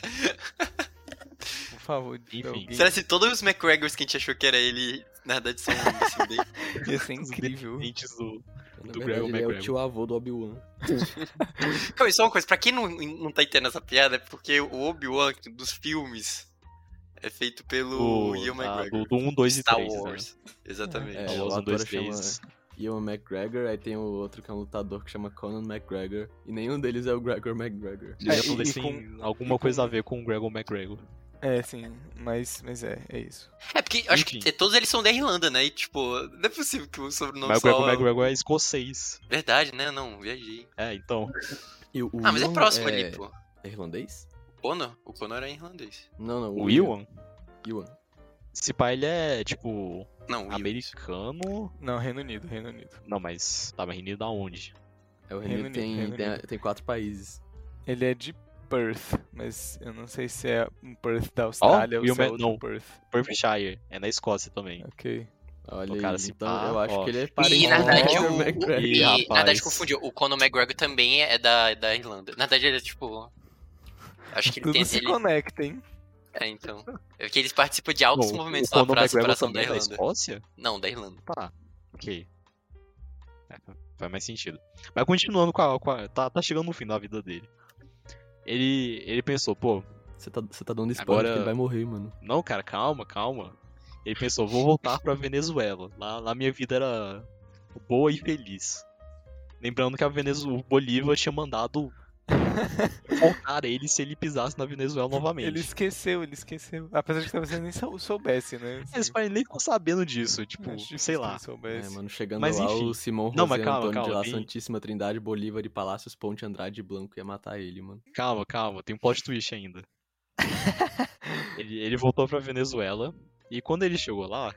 Por favor, de
Enfim.
alguém.
Será que todos os McGregors que a gente achou que era ele, na verdade, são um descendentes?
Ia ser incrível.
Antes do...
Na
Do
verdade,
Gregor
ele é o
McGregor.
tio avô do Obi-Wan.
Calma aí, só uma coisa. Pra quem não, não tá entendendo essa piada, é porque o Obi-Wan dos filmes é feito pelo
Do,
Ian
ah,
McGregor.
do, do 1, 2 e
Star
3, né?
Wars. Exatamente.
É,
Star
o
Wars 1, 2 e
ator chama-
3.
Ian é McGregor, aí tem o outro que é um lutador que chama Conan McGregor, e nenhum deles é o Gregor McGregor.
É,
Já
e-
falei
e
tem
com-
alguma
e com-
coisa a ver com o Gregor McGregor.
É, sim, mas, mas é, é isso.
É, porque eu acho que
Enfim.
todos eles são da Irlanda, né? E, tipo, não é possível que o sobrenome
Mas o
só...
Gregor McGregor é escocês.
Verdade, né? Não, viajei.
É, então.
E o
Ah, mas é
Ian
próximo
é-
ali, pô.
É irlandês?
O Conor? O Conor era irlandês.
Não, não.
O Ewan?
Ewan.
Esse pai ele é, tipo,
Não, o Will.
americano.
Não, Reino Unido, Reino Unido.
Não, mas tá, mas Reino da onde?
É o
Reino
Reino Unido,
Unido,
tem,
Reino
tem,
Unido.
tem quatro países.
Ele é de Perth, mas eu não sei se é um Perth da Austrália ou
Will
se é
Ma-
outro
não.
Perth.
Perthshire. É na Escócia também.
Ok.
Olha
O
aí,
cara se
então
pá,
eu acho
ó.
que ele é parente
E, na
do né,
verdade,
Gregor
o,
[LAUGHS]
o,
McGregor.
e,
rapaz.
na verdade, confundiu. O Conor McGregor também é da, da Irlanda. Na verdade, ele é, tipo... Acho que ele
Tudo
tem...
se
Ele,
conecta, hein?
é, então. É que eles participam de altos
Bom,
movimentos
o
lá
Conor
pra
McGregor
separação da
também é da
Irlanda.
Escócia?
Não, da Irlanda.
Tá, ok. É, faz mais sentido. Mas continuando com a. com a- tá, tá chegando no fim da vida dele. Ele, ele pensou, pô,
Você tá, você tá dando spoiler
Agora-
que ele vai morrer, mano.
Não, cara, calma, calma. Ele pensou, vou voltar
[LAUGHS]
pra Venezuela. Lá, lá minha vida era boa e feliz. Lembrando que a Venezuela, o Bolívar
[LAUGHS]
tinha mandado voltar ele se ele pisasse na Venezuela novamente.
Ele esqueceu, ele esqueceu. Apesar de que talvez ele nem sou- soubesse, né?
Mas pai, ele nem ficou sabendo disso, tipo,
Acho
sei
difícil que
lá.
ele
É,
soubesse.
mano, chegando
Mas
lá,
enfim.
o Simão Rosé
Não, mas calma,
Antônio de
calma,
La
tem-
Santíssima Trindade, Bolívar e Palácios Ponte Andrade e Blanco ia matar ele, mano.
Calma, calma, tem um plot twist ainda. ele, ele voltou pra Venezuela e quando ele chegou lá,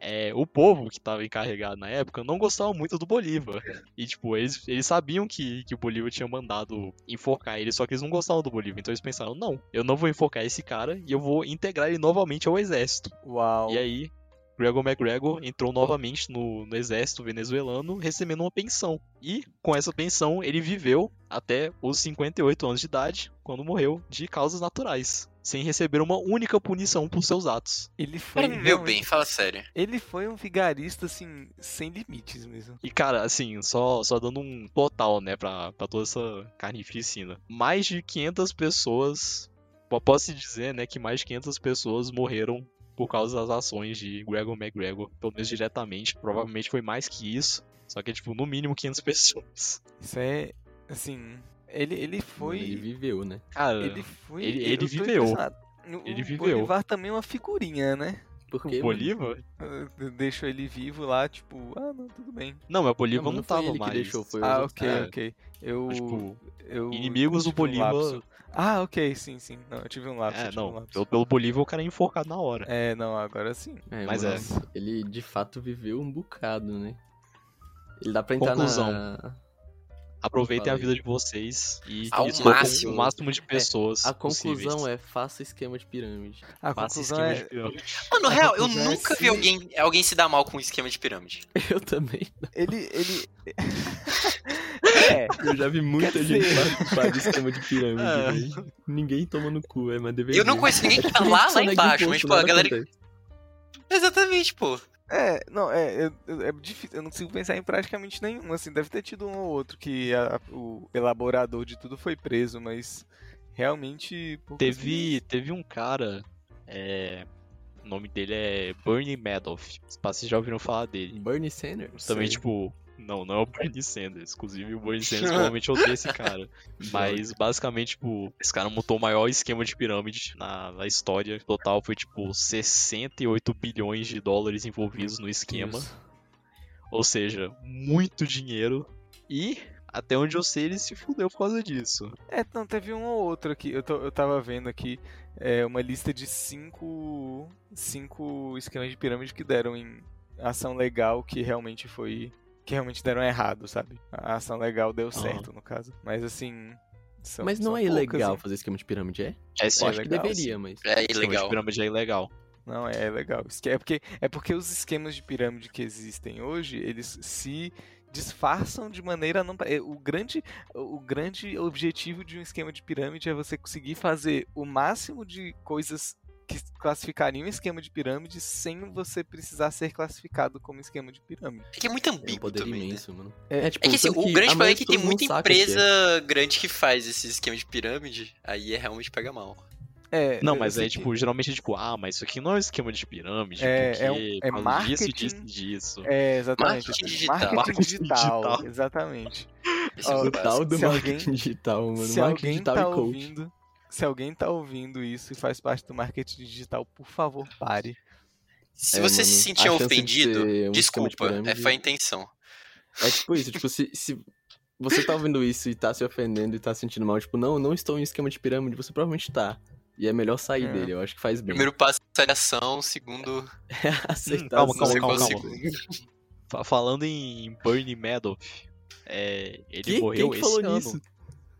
é, o povo que tava encarregado na época não gostava muito do Bolívar. E, tipo, eles, eles sabiam que, que o Bolívar tinha mandado enforcar ele, só que eles não gostavam do Bolívar. Então eles pensaram: não, eu não vou enforcar esse cara e eu vou integrar ele novamente ao exército.
Uau.
E aí, Gregor McGregor entrou novamente no, no exército venezuelano recebendo uma pensão. E com essa pensão ele viveu até os 58 anos de idade, quando morreu de causas naturais, sem receber uma única punição por seus atos.
Ele foi.
Cara, meu
realmente-
bem, fala sério.
Ele foi um vigarista, assim, sem limites mesmo.
E cara, assim, só, só dando um total, né, pra, pra toda essa carnificina. Mais de 500 pessoas, po- posso se dizer, né, que mais de 500 pessoas morreram por causa das ações de Gregor McGregor, pelo menos diretamente. Provavelmente foi mais que isso, só que, tipo, no mínimo 500 [LAUGHS] pessoas.
Isso é. Assim. Ele, ele foi.
Ele
Ele,
viveu, né?
Cara,
foi.
é. ele-
eu
ele
tô
viveu.
impressionado. O-
Ele
o
viveu.
Bolivar também é uma figurinha, né?
Porque.
Bolívar?
Eh, Deixou ele vivo lá, tipo, ah, não, tudo bem.
Não, mas Bolívar
Não,
não,
mas É, não foi
tava
ele que
mais.
deixou, foi o-
ah,
outros
ok,
caras.
ok. Eu.
Mas, tipo,
eu
inimigos
tive
do
um
Bolívar-
lapso. ah, ok, sim, sim. Não, eu tive um lapso. eu
é,
tive Um
não.
lapso.
Pelo, pelo Bolívar o cara é enforcado na hora.
É, não, agora sim.
É,
Mas
mas
é.
Ele de fato viveu um bocado, né? Ele dá pra entrar
Conclusão.
na.
Aproveitem a
falei. É,
vida de vocês e
Ao
escolham
máximo.
o máximo de pessoas.
A conclusão é: faça esquema de pirâmide. [LAUGHS]
A
Faça
conclusão
esquema
é.
de pirâmide.
Mano,
Mas
real, eu
conclusão é
nunca vi
se-
alguém, alguém se dar mal com um esquema de pirâmide.
Eu também.
Ele.
[LAUGHS]
ele... [LAUGHS] é.
Eu já vi muita
Quer
gente
dizer-
participar de esquema de pirâmide,
É.
velho. Ninguém toma no cu, é, tipo mas deveria.
Ah. Eu não conheço ninguém que tá lá, lá
um
embaixo, mas, pô, a galera. Exatamente, pô.
É, não, é, eu- eu- é difícil, eu não consigo pensar em praticamente nenhum, assim, deve ter tido um ou outro que a- o elaborador de tudo foi preso, mas realmente... poucas
Teve, teve um cara, é, o nome dele é Bernie Madoff. Vocês já ouviram falar dele?
Bernie Sanders.
Também,
Sei.
tipo, não, não é o Bernie Sanders. Inclusive, o Bernie Sanders provavelmente odeia esse cara. Mas, basicamente, tipo, esse cara montou o maior esquema de pirâmide na, na história. O total foi, tipo, 68 bilhões de dólares envolvidos no esquema.
Deus.
Ou seja, muito dinheiro. E, até onde eu sei, ele se fudeu por causa disso.
É, não, teve um ou outro aqui, eu, tô- eu tava vendo aqui é, uma lista de cinco, cinco esquemas de pirâmide que deram em ação legal que realmente foi... que realmente deram errado, sabe? A ação legal deu certo, no caso, mas assim... São,
Mas não
são
é
poucas,
ilegal
hein?
fazer esquema de pirâmide, é?
É,
Eu
sim,
acho que
legal,
deveria, mas.
É
Esquema de
ilegal.
pirâmide é ilegal.
Não, é legal. Esque- É porque, é porque os esquemas de pirâmide que existem hoje, eles se disfarçam de maneira a não. pa- é, O grande, o grande objetivo de um esquema de pirâmide é você conseguir fazer o máximo de coisas que s- classificariam esquema de pirâmide sem você precisar ser classificado como esquema de pirâmide.
É que é muito
É um
ambíguo
poder
também, né?
imenso, mano.
É.
tipo,
É que assim,
tanto
o
a
grande problema é
maioria
que
das
tem
pessoas não
muita
saca o que é.
empresa grande que faz esse esquema de pirâmide, aí é realmente pega mal.
É,
Não,
eu-
mas
assim,
é tipo, geralmente é tipo, ah, mas isso aqui não é um esquema de pirâmide,
É,
porque
é um- é
por causa disso, disso,
marketing-
disso.
É, exatamente.
Marketing
tipo,
digital.
Marketing
[LAUGHS] Marketing
digital.
digital.
Exatamente.
Esse é
Ó,
o
O tal
básico.
do
Se
marketing
alguém-
digital, mano.
se
marketing
alguém
digital
tá
e coach.
ouvindo, se alguém tá ouvindo isso e faz parte do marketing digital, por favor, pare.
Se você
É, mano,
se
a
sentir
chance de
ofendido,
ser um esquema de
desculpa, é,
pirâmide-
foi a intenção.
É tipo isso, tipo, se, se você tá ouvindo isso e tá se ofendendo e tá se sentindo mal, tipo, não, não estou em esquema de pirâmide, você provavelmente tá. E é melhor sair
É.
dele, eu acho que faz bem.
Primeiro passo é ação, segundo
[LAUGHS] aceitar
Hum, calma,
as
não sei qual
calma,
consequências.
calma.
segundo.
Fa- Falando em Bernie Madoff, é, ele
Que?
morreu
Quem que
esse
falou
ano.
nisso?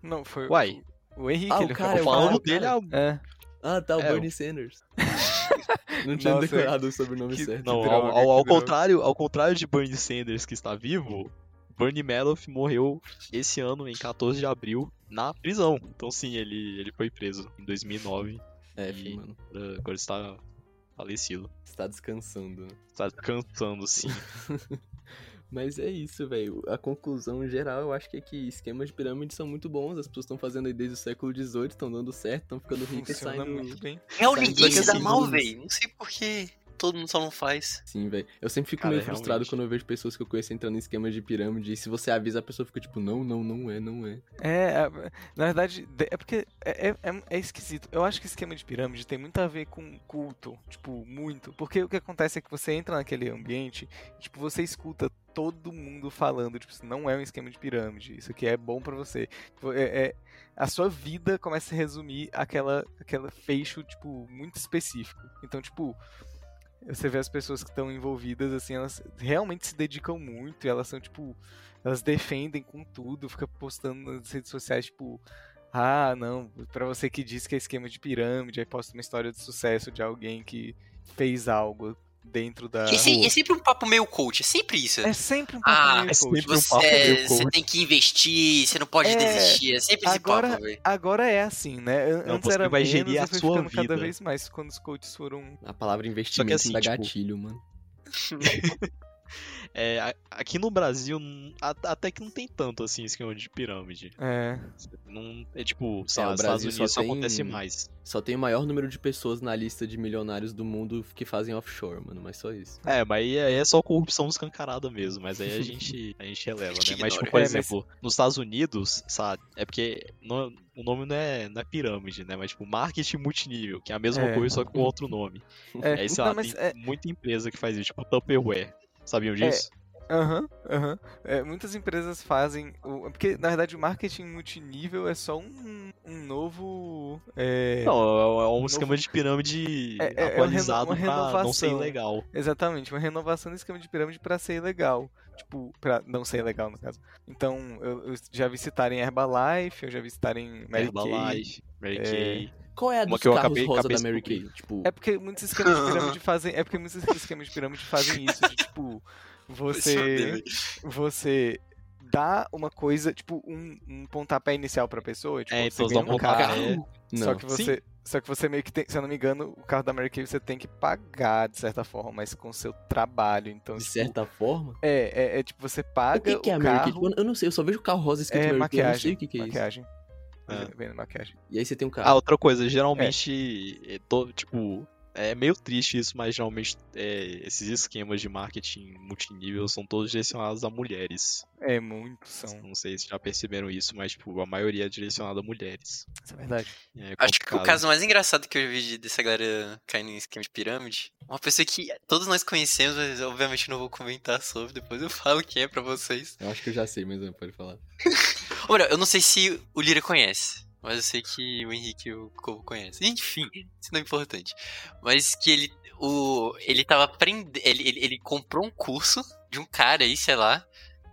Não, foi
Uai.
o Henrique.
Ah, o
ele
cara,
Tô
é o
falou.
falando
cara.
dele há
É.
Ah, tá, o
É,
Bernie Sanders.
[LAUGHS]
Não tinha
Nossa,
decorado o sobrenome
que-
certo.
Não,
droga,
ao, ao- ao
que droga.
contrário, ao contrário de Bernie Sanders, que está vivo, Bernie Madoff morreu esse ano, em 14 de abril, na prisão. Então sim, ele, ele foi preso em 2009,
É,
E-
filho, mano.
agora- né, agora está falecido.
Você tá descansando, né?
Está cantando, sim.
Mas é isso, velho. A conclusão geral, eu acho que é que esquemas de pirâmide são muito bons. As pessoas estão fazendo aí desde o século XVIII, estão dando certo, estão ficando ricas,
Funciona
tá saindo
muito bem.
Real,
Tá,
ninguém
só que
se dá
assim,
mal,
não-
velho. Não sei por que todo mundo só não faz.
Sim, velho. Eu sempre fico
Cara,
meio frustrado
realmente.
quando eu vejo pessoas que eu conheço entrando em esquemas de pirâmide. E se você avisa, a pessoa fica tipo, não, não, não é, não é.
É, a- na verdade, de- é porque é, é- é- é esquisito. Eu acho que esquema de pirâmide tem muito a ver com culto, tipo, muito. Porque o que acontece é que você entra naquele ambiente, e, tipo, você escuta todo mundo falando, tipo, isso não é um esquema de pirâmide, isso aqui é bom pra você. Tipo, é- é- a sua vida começa a se resumir àquela, àquela fecho, tipo, muito específico. Então, tipo, você vê as pessoas que estão envolvidas, assim, elas realmente se dedicam muito, e elas são, tipo, elas defendem com tudo, fica postando nas redes sociais, tipo, ah, não, pra você que diz que é esquema de pirâmide, aí posta uma história de sucesso de alguém que fez algo. dentro da.
E, se-
rua.
e é sempre um papo meio coach, é sempre isso.
É sempre um papo
Ah,
meio
é sempre
coach.
um papo
Você, é,
meio
você
coach.
tem que investir, você não pode
É,
desistir. É sempre esse
agora-
papo, velho.
Agora é assim, né? An-
Não,
Antes
você
era
um vai
menos,
gerir a
e foi
sua
ficando cada
vida.
vez mais quando os coaches foram.
A palavra investimento
assim,
dá
tipo-
gatilho, mano.
É, a- aqui no Brasil, n- a- até que não tem tanto assim esquema de pirâmide.
É.
Não, é tipo, sei
É,
lá,
o
nos Estados
Brasil só
Unidos isso
tem-
acontece mais.
Só tem o maior número de pessoas na lista de milionários do mundo que fazem offshore, mano, mas só isso.
É, mas aí aí é só corrupção escancarada mesmo, mas
[LAUGHS]
aí a gente, a gente releva, né? Mas, tipo,
Ignora.
por
É, mas-
exemplo, nos Estados Unidos, sabe? É porque não- o nome não é, não é pirâmide, né? Mas, tipo, marketing multinível, que é a mesma
É.
coisa, só que com outro nome.
é.
Aí, sei
Não,
lá,
mas
tem
é-
muita empresa que faz isso, tipo Tupperware. Sabiam disso?
Aham, aham. É, muitas empresas fazem. o- Porque, na verdade, o marketing multinível é só um, um novo. é,
Não, é- é um
Novo-
esquema de pirâmide
É- é- é uma
atualizado
reno- uma
pra não ser
renovação.
ilegal.
Exatamente, uma renovação do esquema de pirâmide pra ser legal. Tipo, pra não ser legal, no caso. Então, eu, eu já vi citarem Herbalife, eu já vi citarem Mary Kay.
Herbalife, Mary
é.
Kay.
Qual é a
Uma
dos
que eu
carros
acabei-
rosa
acabei
da Mary Kay?
descobrindo.
Tipo,
É porque muitos esquemas de pirâmide fazem. É porque muitos esquemas de pirâmide fazem isso, de, tipo, você. Você dá uma coisa, tipo, um, um pontapé inicial pra pessoa, tipo,
É,
você
então
ganha
dá
um
um
carro.
É.
pontapé.
não.
Só que
Sim.
você. Só que você meio que tem, se eu não me engano, o carro da Mary Kay você tem que pagar, de certa forma, mas com o seu trabalho. Então,
de
tipo,
certa forma...
É, é, é tipo, você paga
O que, que é a
o
Mary
carro,
Kay? Tipo, eu- Eu não sei, eu só vejo o carro rosa escrito
é
Mary Kay, eu não
maquiagem,
sei o que, que é isso.
maquiagem.
Ah.
Vendo maquiagem.
E aí você tem um
Ah,
carro.
outra coisa, geralmente, é to- tipo, é meio triste isso, mas geralmente é, esses esquemas de marketing multinível são todos direcionados a mulheres.
É, muito são.
Não sei se já perceberam isso, mas tipo, a maioria é direcionada a mulheres.
Isso é verdade.
É
Acho que o
complicado.
caso mais engraçado que eu vi de- dessa galera caindo em esquema de pirâmide, uma pessoa que todos nós conhecemos, mas obviamente não vou comentar sobre, depois eu falo quem é pra vocês.
Eu acho que eu já sei, mas não pode falar.
Ou melhor, eu não sei se o Lira conhece, mas eu sei que o Henrique e o Cobo conhecem. Enfim, [LAUGHS] isso não é importante. Mas que ele. O, ele tava aprendendo. Ele, ele, ele comprou um curso de um cara aí, sei lá,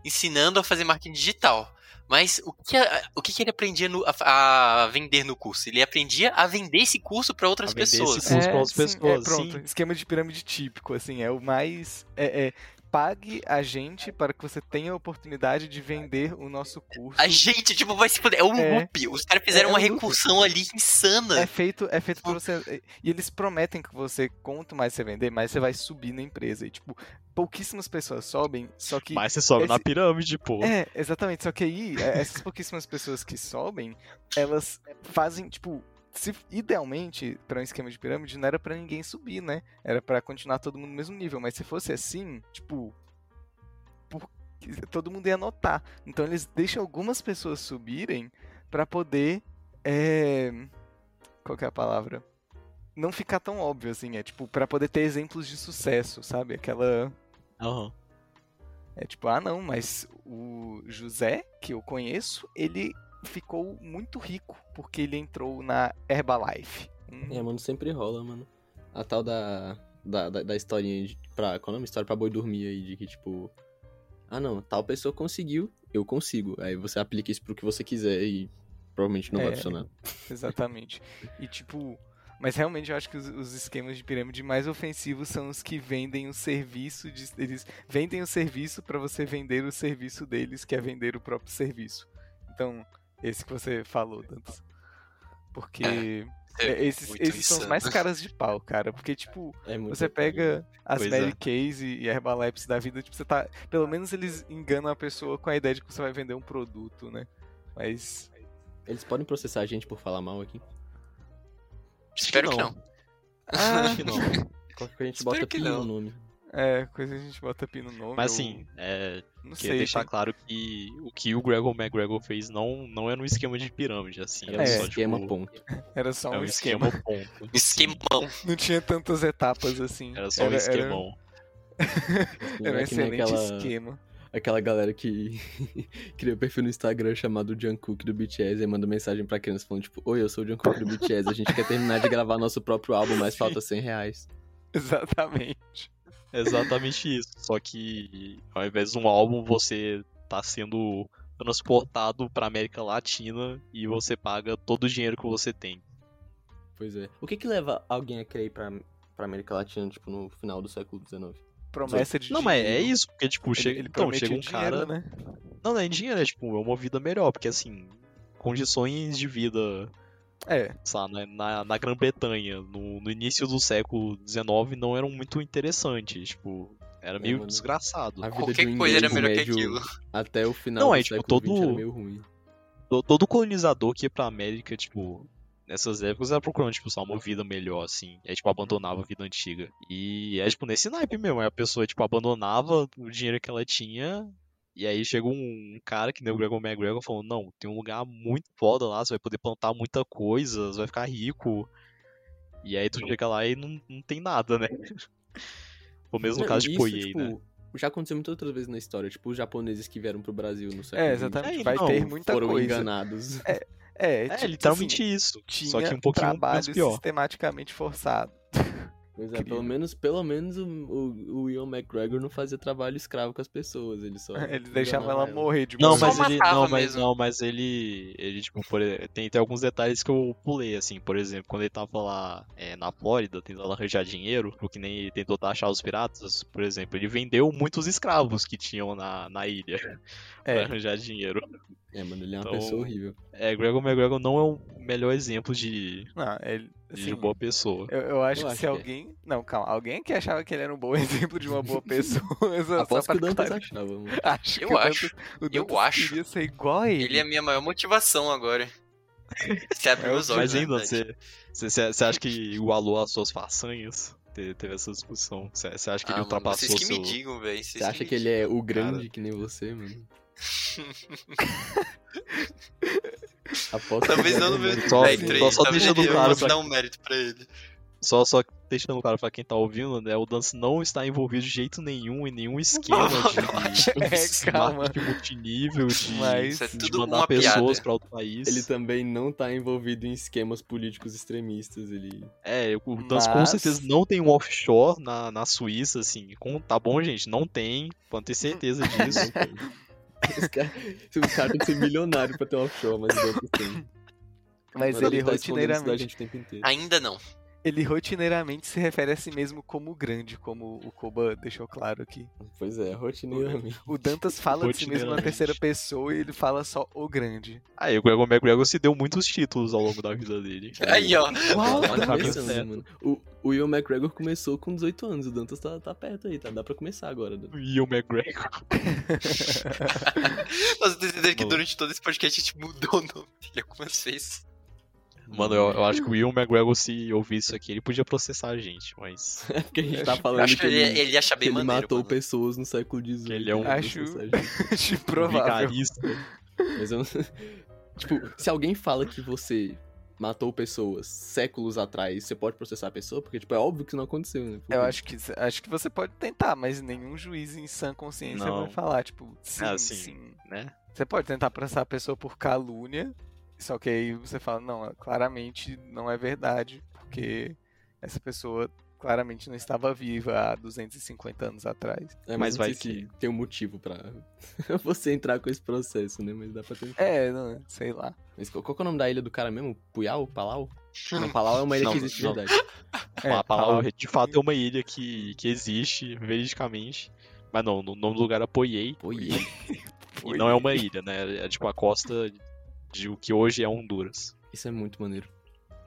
ensinando a fazer marketing digital. Mas o que, a- o que, que ele aprendia no- a, a vender no curso? Ele aprendia a vender esse curso pra outras
A vender esse
pessoas.
curso. São os próprios
É, sim,
pessoas,
pronto.
sim.
Esquema de pirâmide típico, assim, é o mais. É, é, pague a gente para que você tenha a oportunidade de vender o nosso curso.
A gente, tipo, vai se fuder. É um
É.
loop. Os caras fizeram
É
uma
um loop.
recursão ali insana.
É feito, é feito pra você. E eles prometem que você, quanto mais você vender, mais você vai subir na empresa. E, tipo, pouquíssimas pessoas sobem, só que
Mas você sobe na
esse-
pirâmide, pô.
É, exatamente. Só que aí, é, essas pouquíssimas pessoas que sobem, elas fazem, tipo. Se, idealmente, pra um esquema de pirâmide, não era pra ninguém subir, né? Era pra continuar todo mundo no mesmo nível. Mas se fosse assim, tipo. por- todo mundo ia notar. Então eles deixam algumas pessoas subirem pra poder. É, qual que é a palavra? Não ficar tão óbvio assim. É tipo, pra poder ter exemplos de sucesso, sabe? Aquela.
Aham.
É tipo, ah não, mas o José, que eu conheço, ele ficou muito rico porque ele entrou na Herbalife. Hum,
É, mano, sempre rola, mano. A tal da. Da, da, da historinha de. Pra, qual é o nome? História pra boi dormir aí, de que tipo. Ah não, tal pessoa conseguiu, eu consigo. Aí você aplica isso pro que você quiser e provavelmente não
É.
vai funcionar.
Exatamente. E tipo, mas realmente eu acho que os, os esquemas de pirâmide mais ofensivos são os que vendem o serviço de, eles vendem o serviço pra você vender o serviço deles, que é vender o próprio serviço. Então, esse que você falou, Dantas. Porque
É,
é, esses,
muito
esses são os
insano.
mais caras de pau, cara. Porque, tipo,
É muito
Você pega as
Pois
Mary
é.
Kays e e Herbalife da vida, tipo, você tá. Pelo menos eles enganam a pessoa com a ideia de que você vai vender um produto, né? Mas.
Eles podem processar a gente por falar mal aqui.
Acho
Espero que não.
Ah,
Acho que não.
Qualquer coisa a gente
Espero
bota
que
pi no
não.
nome.
é, coisa que a gente bota pino no nome.
Mas
ou-
assim, é,
Não
queria
sei. tá.
deixar
tem-
claro que o que o Gregor McGregor fez não, não é no esquema de pirâmide, assim. É,
É,
só,
esquema
tipo,
ponto.
Era só
É
um
um
esquema.
esquema ponto.
[LAUGHS] Esquemão.
[LAUGHS] Não tinha tantas etapas assim.
Era só um esquemão.
Assim,
Era,
não
um
é que nem
excelente
aquela,
esquema. [LAUGHS]
aquela galera que [LAUGHS] cria perfil no Instagram chamado Jungkook do BTS e manda mensagem pra criança falando tipo Oi, eu sou o Jungkook do BTS, a gente quer terminar de gravar nosso próprio álbum, mas falta 100 reais.
Exatamente.
Exatamente isso. Só que ao invés de um álbum, você tá sendo transportado pra América Latina e você paga todo o dinheiro que você tem.
Pois é. O que que leva alguém a querer ir pra, pra América Latina, tipo, no final do século XIX.
Promessa de
Não, mas é
dinheiro.
isso, porque, tipo,
Ele-
chega,
ele
então,
prometia
chega um
dinheiro,
cara.
né?
Não, não é dinheiro, é tipo, é uma vida melhor, porque assim, condições de vida
É,
sabe, na, na, na Grã-Bretanha, no, no início do século XIX, não eram muito interessantes, tipo, era
É,
meio
mano.
desgraçado.
A vida de um
Qualquer coisa era
inglês
melhor que
médio
aquilo.
Até o final
Não,
do
é, tipo,
século XX era
todo-
meio ruim.
To- Todo colonizador que ia pra América, tipo, nessas épocas era procurando, tipo, só uma vida melhor, assim. E aí, tipo, abandonava a vida antiga. E é, tipo, nesse naipe mesmo. Aí a pessoa, tipo, abandonava o dinheiro que ela tinha. E aí chega um cara que nem o Gregor McGregor falou, não, tem um lugar muito foda lá, você vai poder plantar muita coisa, você vai ficar rico. E aí tu chega lá e não, não tem nada, né? [LAUGHS] Ou mesmo no
Não,
caso de
isso,
Poyei, né?
tipo, Já aconteceu muitas outras vezes na história, tipo, os japoneses que vieram pro Brasil no século
é,
XX
exatamente.
É,
vai
então,
ter muita
foram
coisa.
enganados.
É,
É,
tipo,
literalmente isso.
assim,
Só que
tinha
um pouquinho menos
trabalho
pior.
sistematicamente forçado.
Pois é,
Incrível.
pelo menos, pelo menos o, o, o Ian McGregor não fazia trabalho escravo com as pessoas, [LAUGHS] ele só.
[LAUGHS] Ele deixava ela
enganava
morrer de
Não,
Só
mas
morrer.
ele,
Tipo assim, matava
não, mas,
mesmo.
não, mas ele, ele tipo, por e- tem, tem alguns detalhes que eu pulei, assim, por exemplo, quando ele tava lá é, na Flórida, tentando arranjar dinheiro, o que nem ele tentou achar os piratas, por exemplo, ele vendeu muitos escravos que tinham na, na ilha pra
É.
arranjar dinheiro.
É, mano, ele é uma
Então-
pessoa horrível.
É, Gregor McGregor não é o melhor exemplo de,
Não, ele,
de
assim,
boa pessoa.
eu, eu acho
Eu
que
acho
se
que é.
alguém. Não, calma. Alguém que achava que ele era um bom [LAUGHS] exemplo de uma boa pessoa. [LAUGHS] só- só
Aposto que
pra
o Dantas
clarear.
achava, mano.
Acho
Eu
que o
acho.
Dantas- o
Eu
Dantas
acho.
Queria ser igual a ele.
Ele é a minha maior motivação agora. [LAUGHS] Você abriu
É,
os olhos. né,
Mas ainda,
na verdade.
você, você, você- você acha que igualou as suas façanhas? Te- Teve essa discussão. Você, você acha que
Ah,
ele
mano,
ultrapassou
vocês que
seu...
me digam, velho.
Você acha que ele
né,
é o grande que nem você,
[LAUGHS]
mano?
[LAUGHS]
Aposto
Talvez
que
não no
ele é
meu
o
Só-
Véi,
só-
grande.
três,
só
talvez
deixando
ele-
claro
Eu vou
pra-
dar um mérito pra ele.
Só, só deixando claro pra quem tá ouvindo, né? O Dance não está envolvido de jeito nenhum em nenhum esquema de [LAUGHS]
É, calma.
marketing multinível, de,
[LAUGHS] Mas-
Isso é
de
tudo
mandar
uma
pessoas
piada.
pra outro país.
Ele também não tá envolvido em esquemas políticos extremistas, ele...
É, o Dance com
Mas-
certeza não tem um offshore na, na Suíça, assim. Com- Tá bom, gente? Não tem. Pode ter certeza
[LAUGHS]
disso.
Esse cara, esse cara tem que ser milionário pra ter um offshore, mas ele é o que tem.
Mas
Mano,
ele
tá escondendo isso da
rotineiramente.
gente o tempo inteiro.
Ainda não.
Ele rotineiramente se refere a si mesmo como grande, como o Koba deixou claro aqui.
Pois é, rotineiramente.
O Dantas fala de si mesmo na
Rotineiramente.
terceira pessoa e ele fala só o grande. [LAUGHS]
Aí, o Gregor McGregor se deu muitos títulos ao longo da vida dele.
é
Aí, ó. [LAUGHS]
Uau,
Tá
Dantas.
começando, né, mano. O, o Ian McGregor começou com 18 anos, o Dantas tá, tá perto aí, tá? Dá pra começar agora. Dan.
E o McGregor.
Mas eu tenho certeza que
Bom.
durante todo esse podcast a gente mudou o nome é dele algumas vezes.
Mano, eu, eu acho que o Will McGregor, se ouvir isso aqui, ele podia processar a gente, mas.
É porque a gente tá
Eu
falando
acho que
que ele,
ele, é ele acha
que
bem
ele
maneiro.
matou
mano.
pessoas no século XVIII.
Ele é um-
né,
Acho-
pessoas, gente.
Acho improvável.
Vigarista.
Mas eu não... [LAUGHS] Tipo, se alguém fala que você matou pessoas séculos atrás, você pode processar a pessoa? Porque, tipo, é óbvio que isso não aconteceu, né? Porque-
Eu acho que acho que você pode tentar, mas nenhum juiz em sã consciência
Não.
vai falar, tipo, sim,
Ah, sim,
sim,
né?
Você pode tentar processar a pessoa por calúnia, só que aí você fala, não, é, claramente não é verdade, porque essa pessoa claramente não estava viva há 250 anos atrás.
É,
Mas
mas,
vai
vai se tem um motivo pra [LAUGHS] você entrar com esse processo, né? Mas dá pra tentar.
É, não, sei lá.
Mas qual, qual que é o nome da ilha do cara mesmo? Puyao? Palau? Não, Palau é uma ilha
Não,
que existe de
não.
verdade.
É,
a
falar-
palavra de fato é uma ilha que, que existe veridicamente. Mas não, no nome do lugar é Poyei.
Poyei.
E não é uma ilha, né? É tipo a costa de o que hoje é Honduras.
Isso é muito maneiro.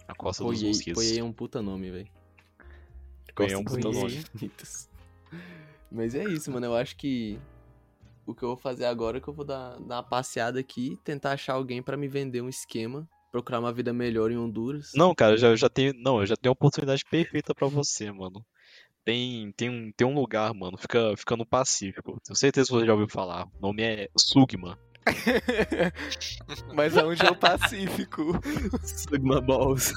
A costa dos
Poyei
mosquitos.
Poyei é um puta nome, velho.
Poyei é um
Gosto dos
puta
nomes
nome.
bonitos. [LAUGHS] Mas é isso, mano. Eu acho que o que eu vou fazer agora é que eu vou dar, dar uma passeada aqui e tentar achar alguém pra me vender um esquema, procurar uma vida melhor em Honduras.
Não, cara, eu já, eu já tenho. Não, eu já tenho a oportunidade perfeita pra você, mano. Tem, tem, um, tem um lugar, mano, fica, fica no Pacífico. Tenho certeza que você já ouviu falar. O nome é Sugma.
Mas aonde é o Pacífico?
Sigma Balls.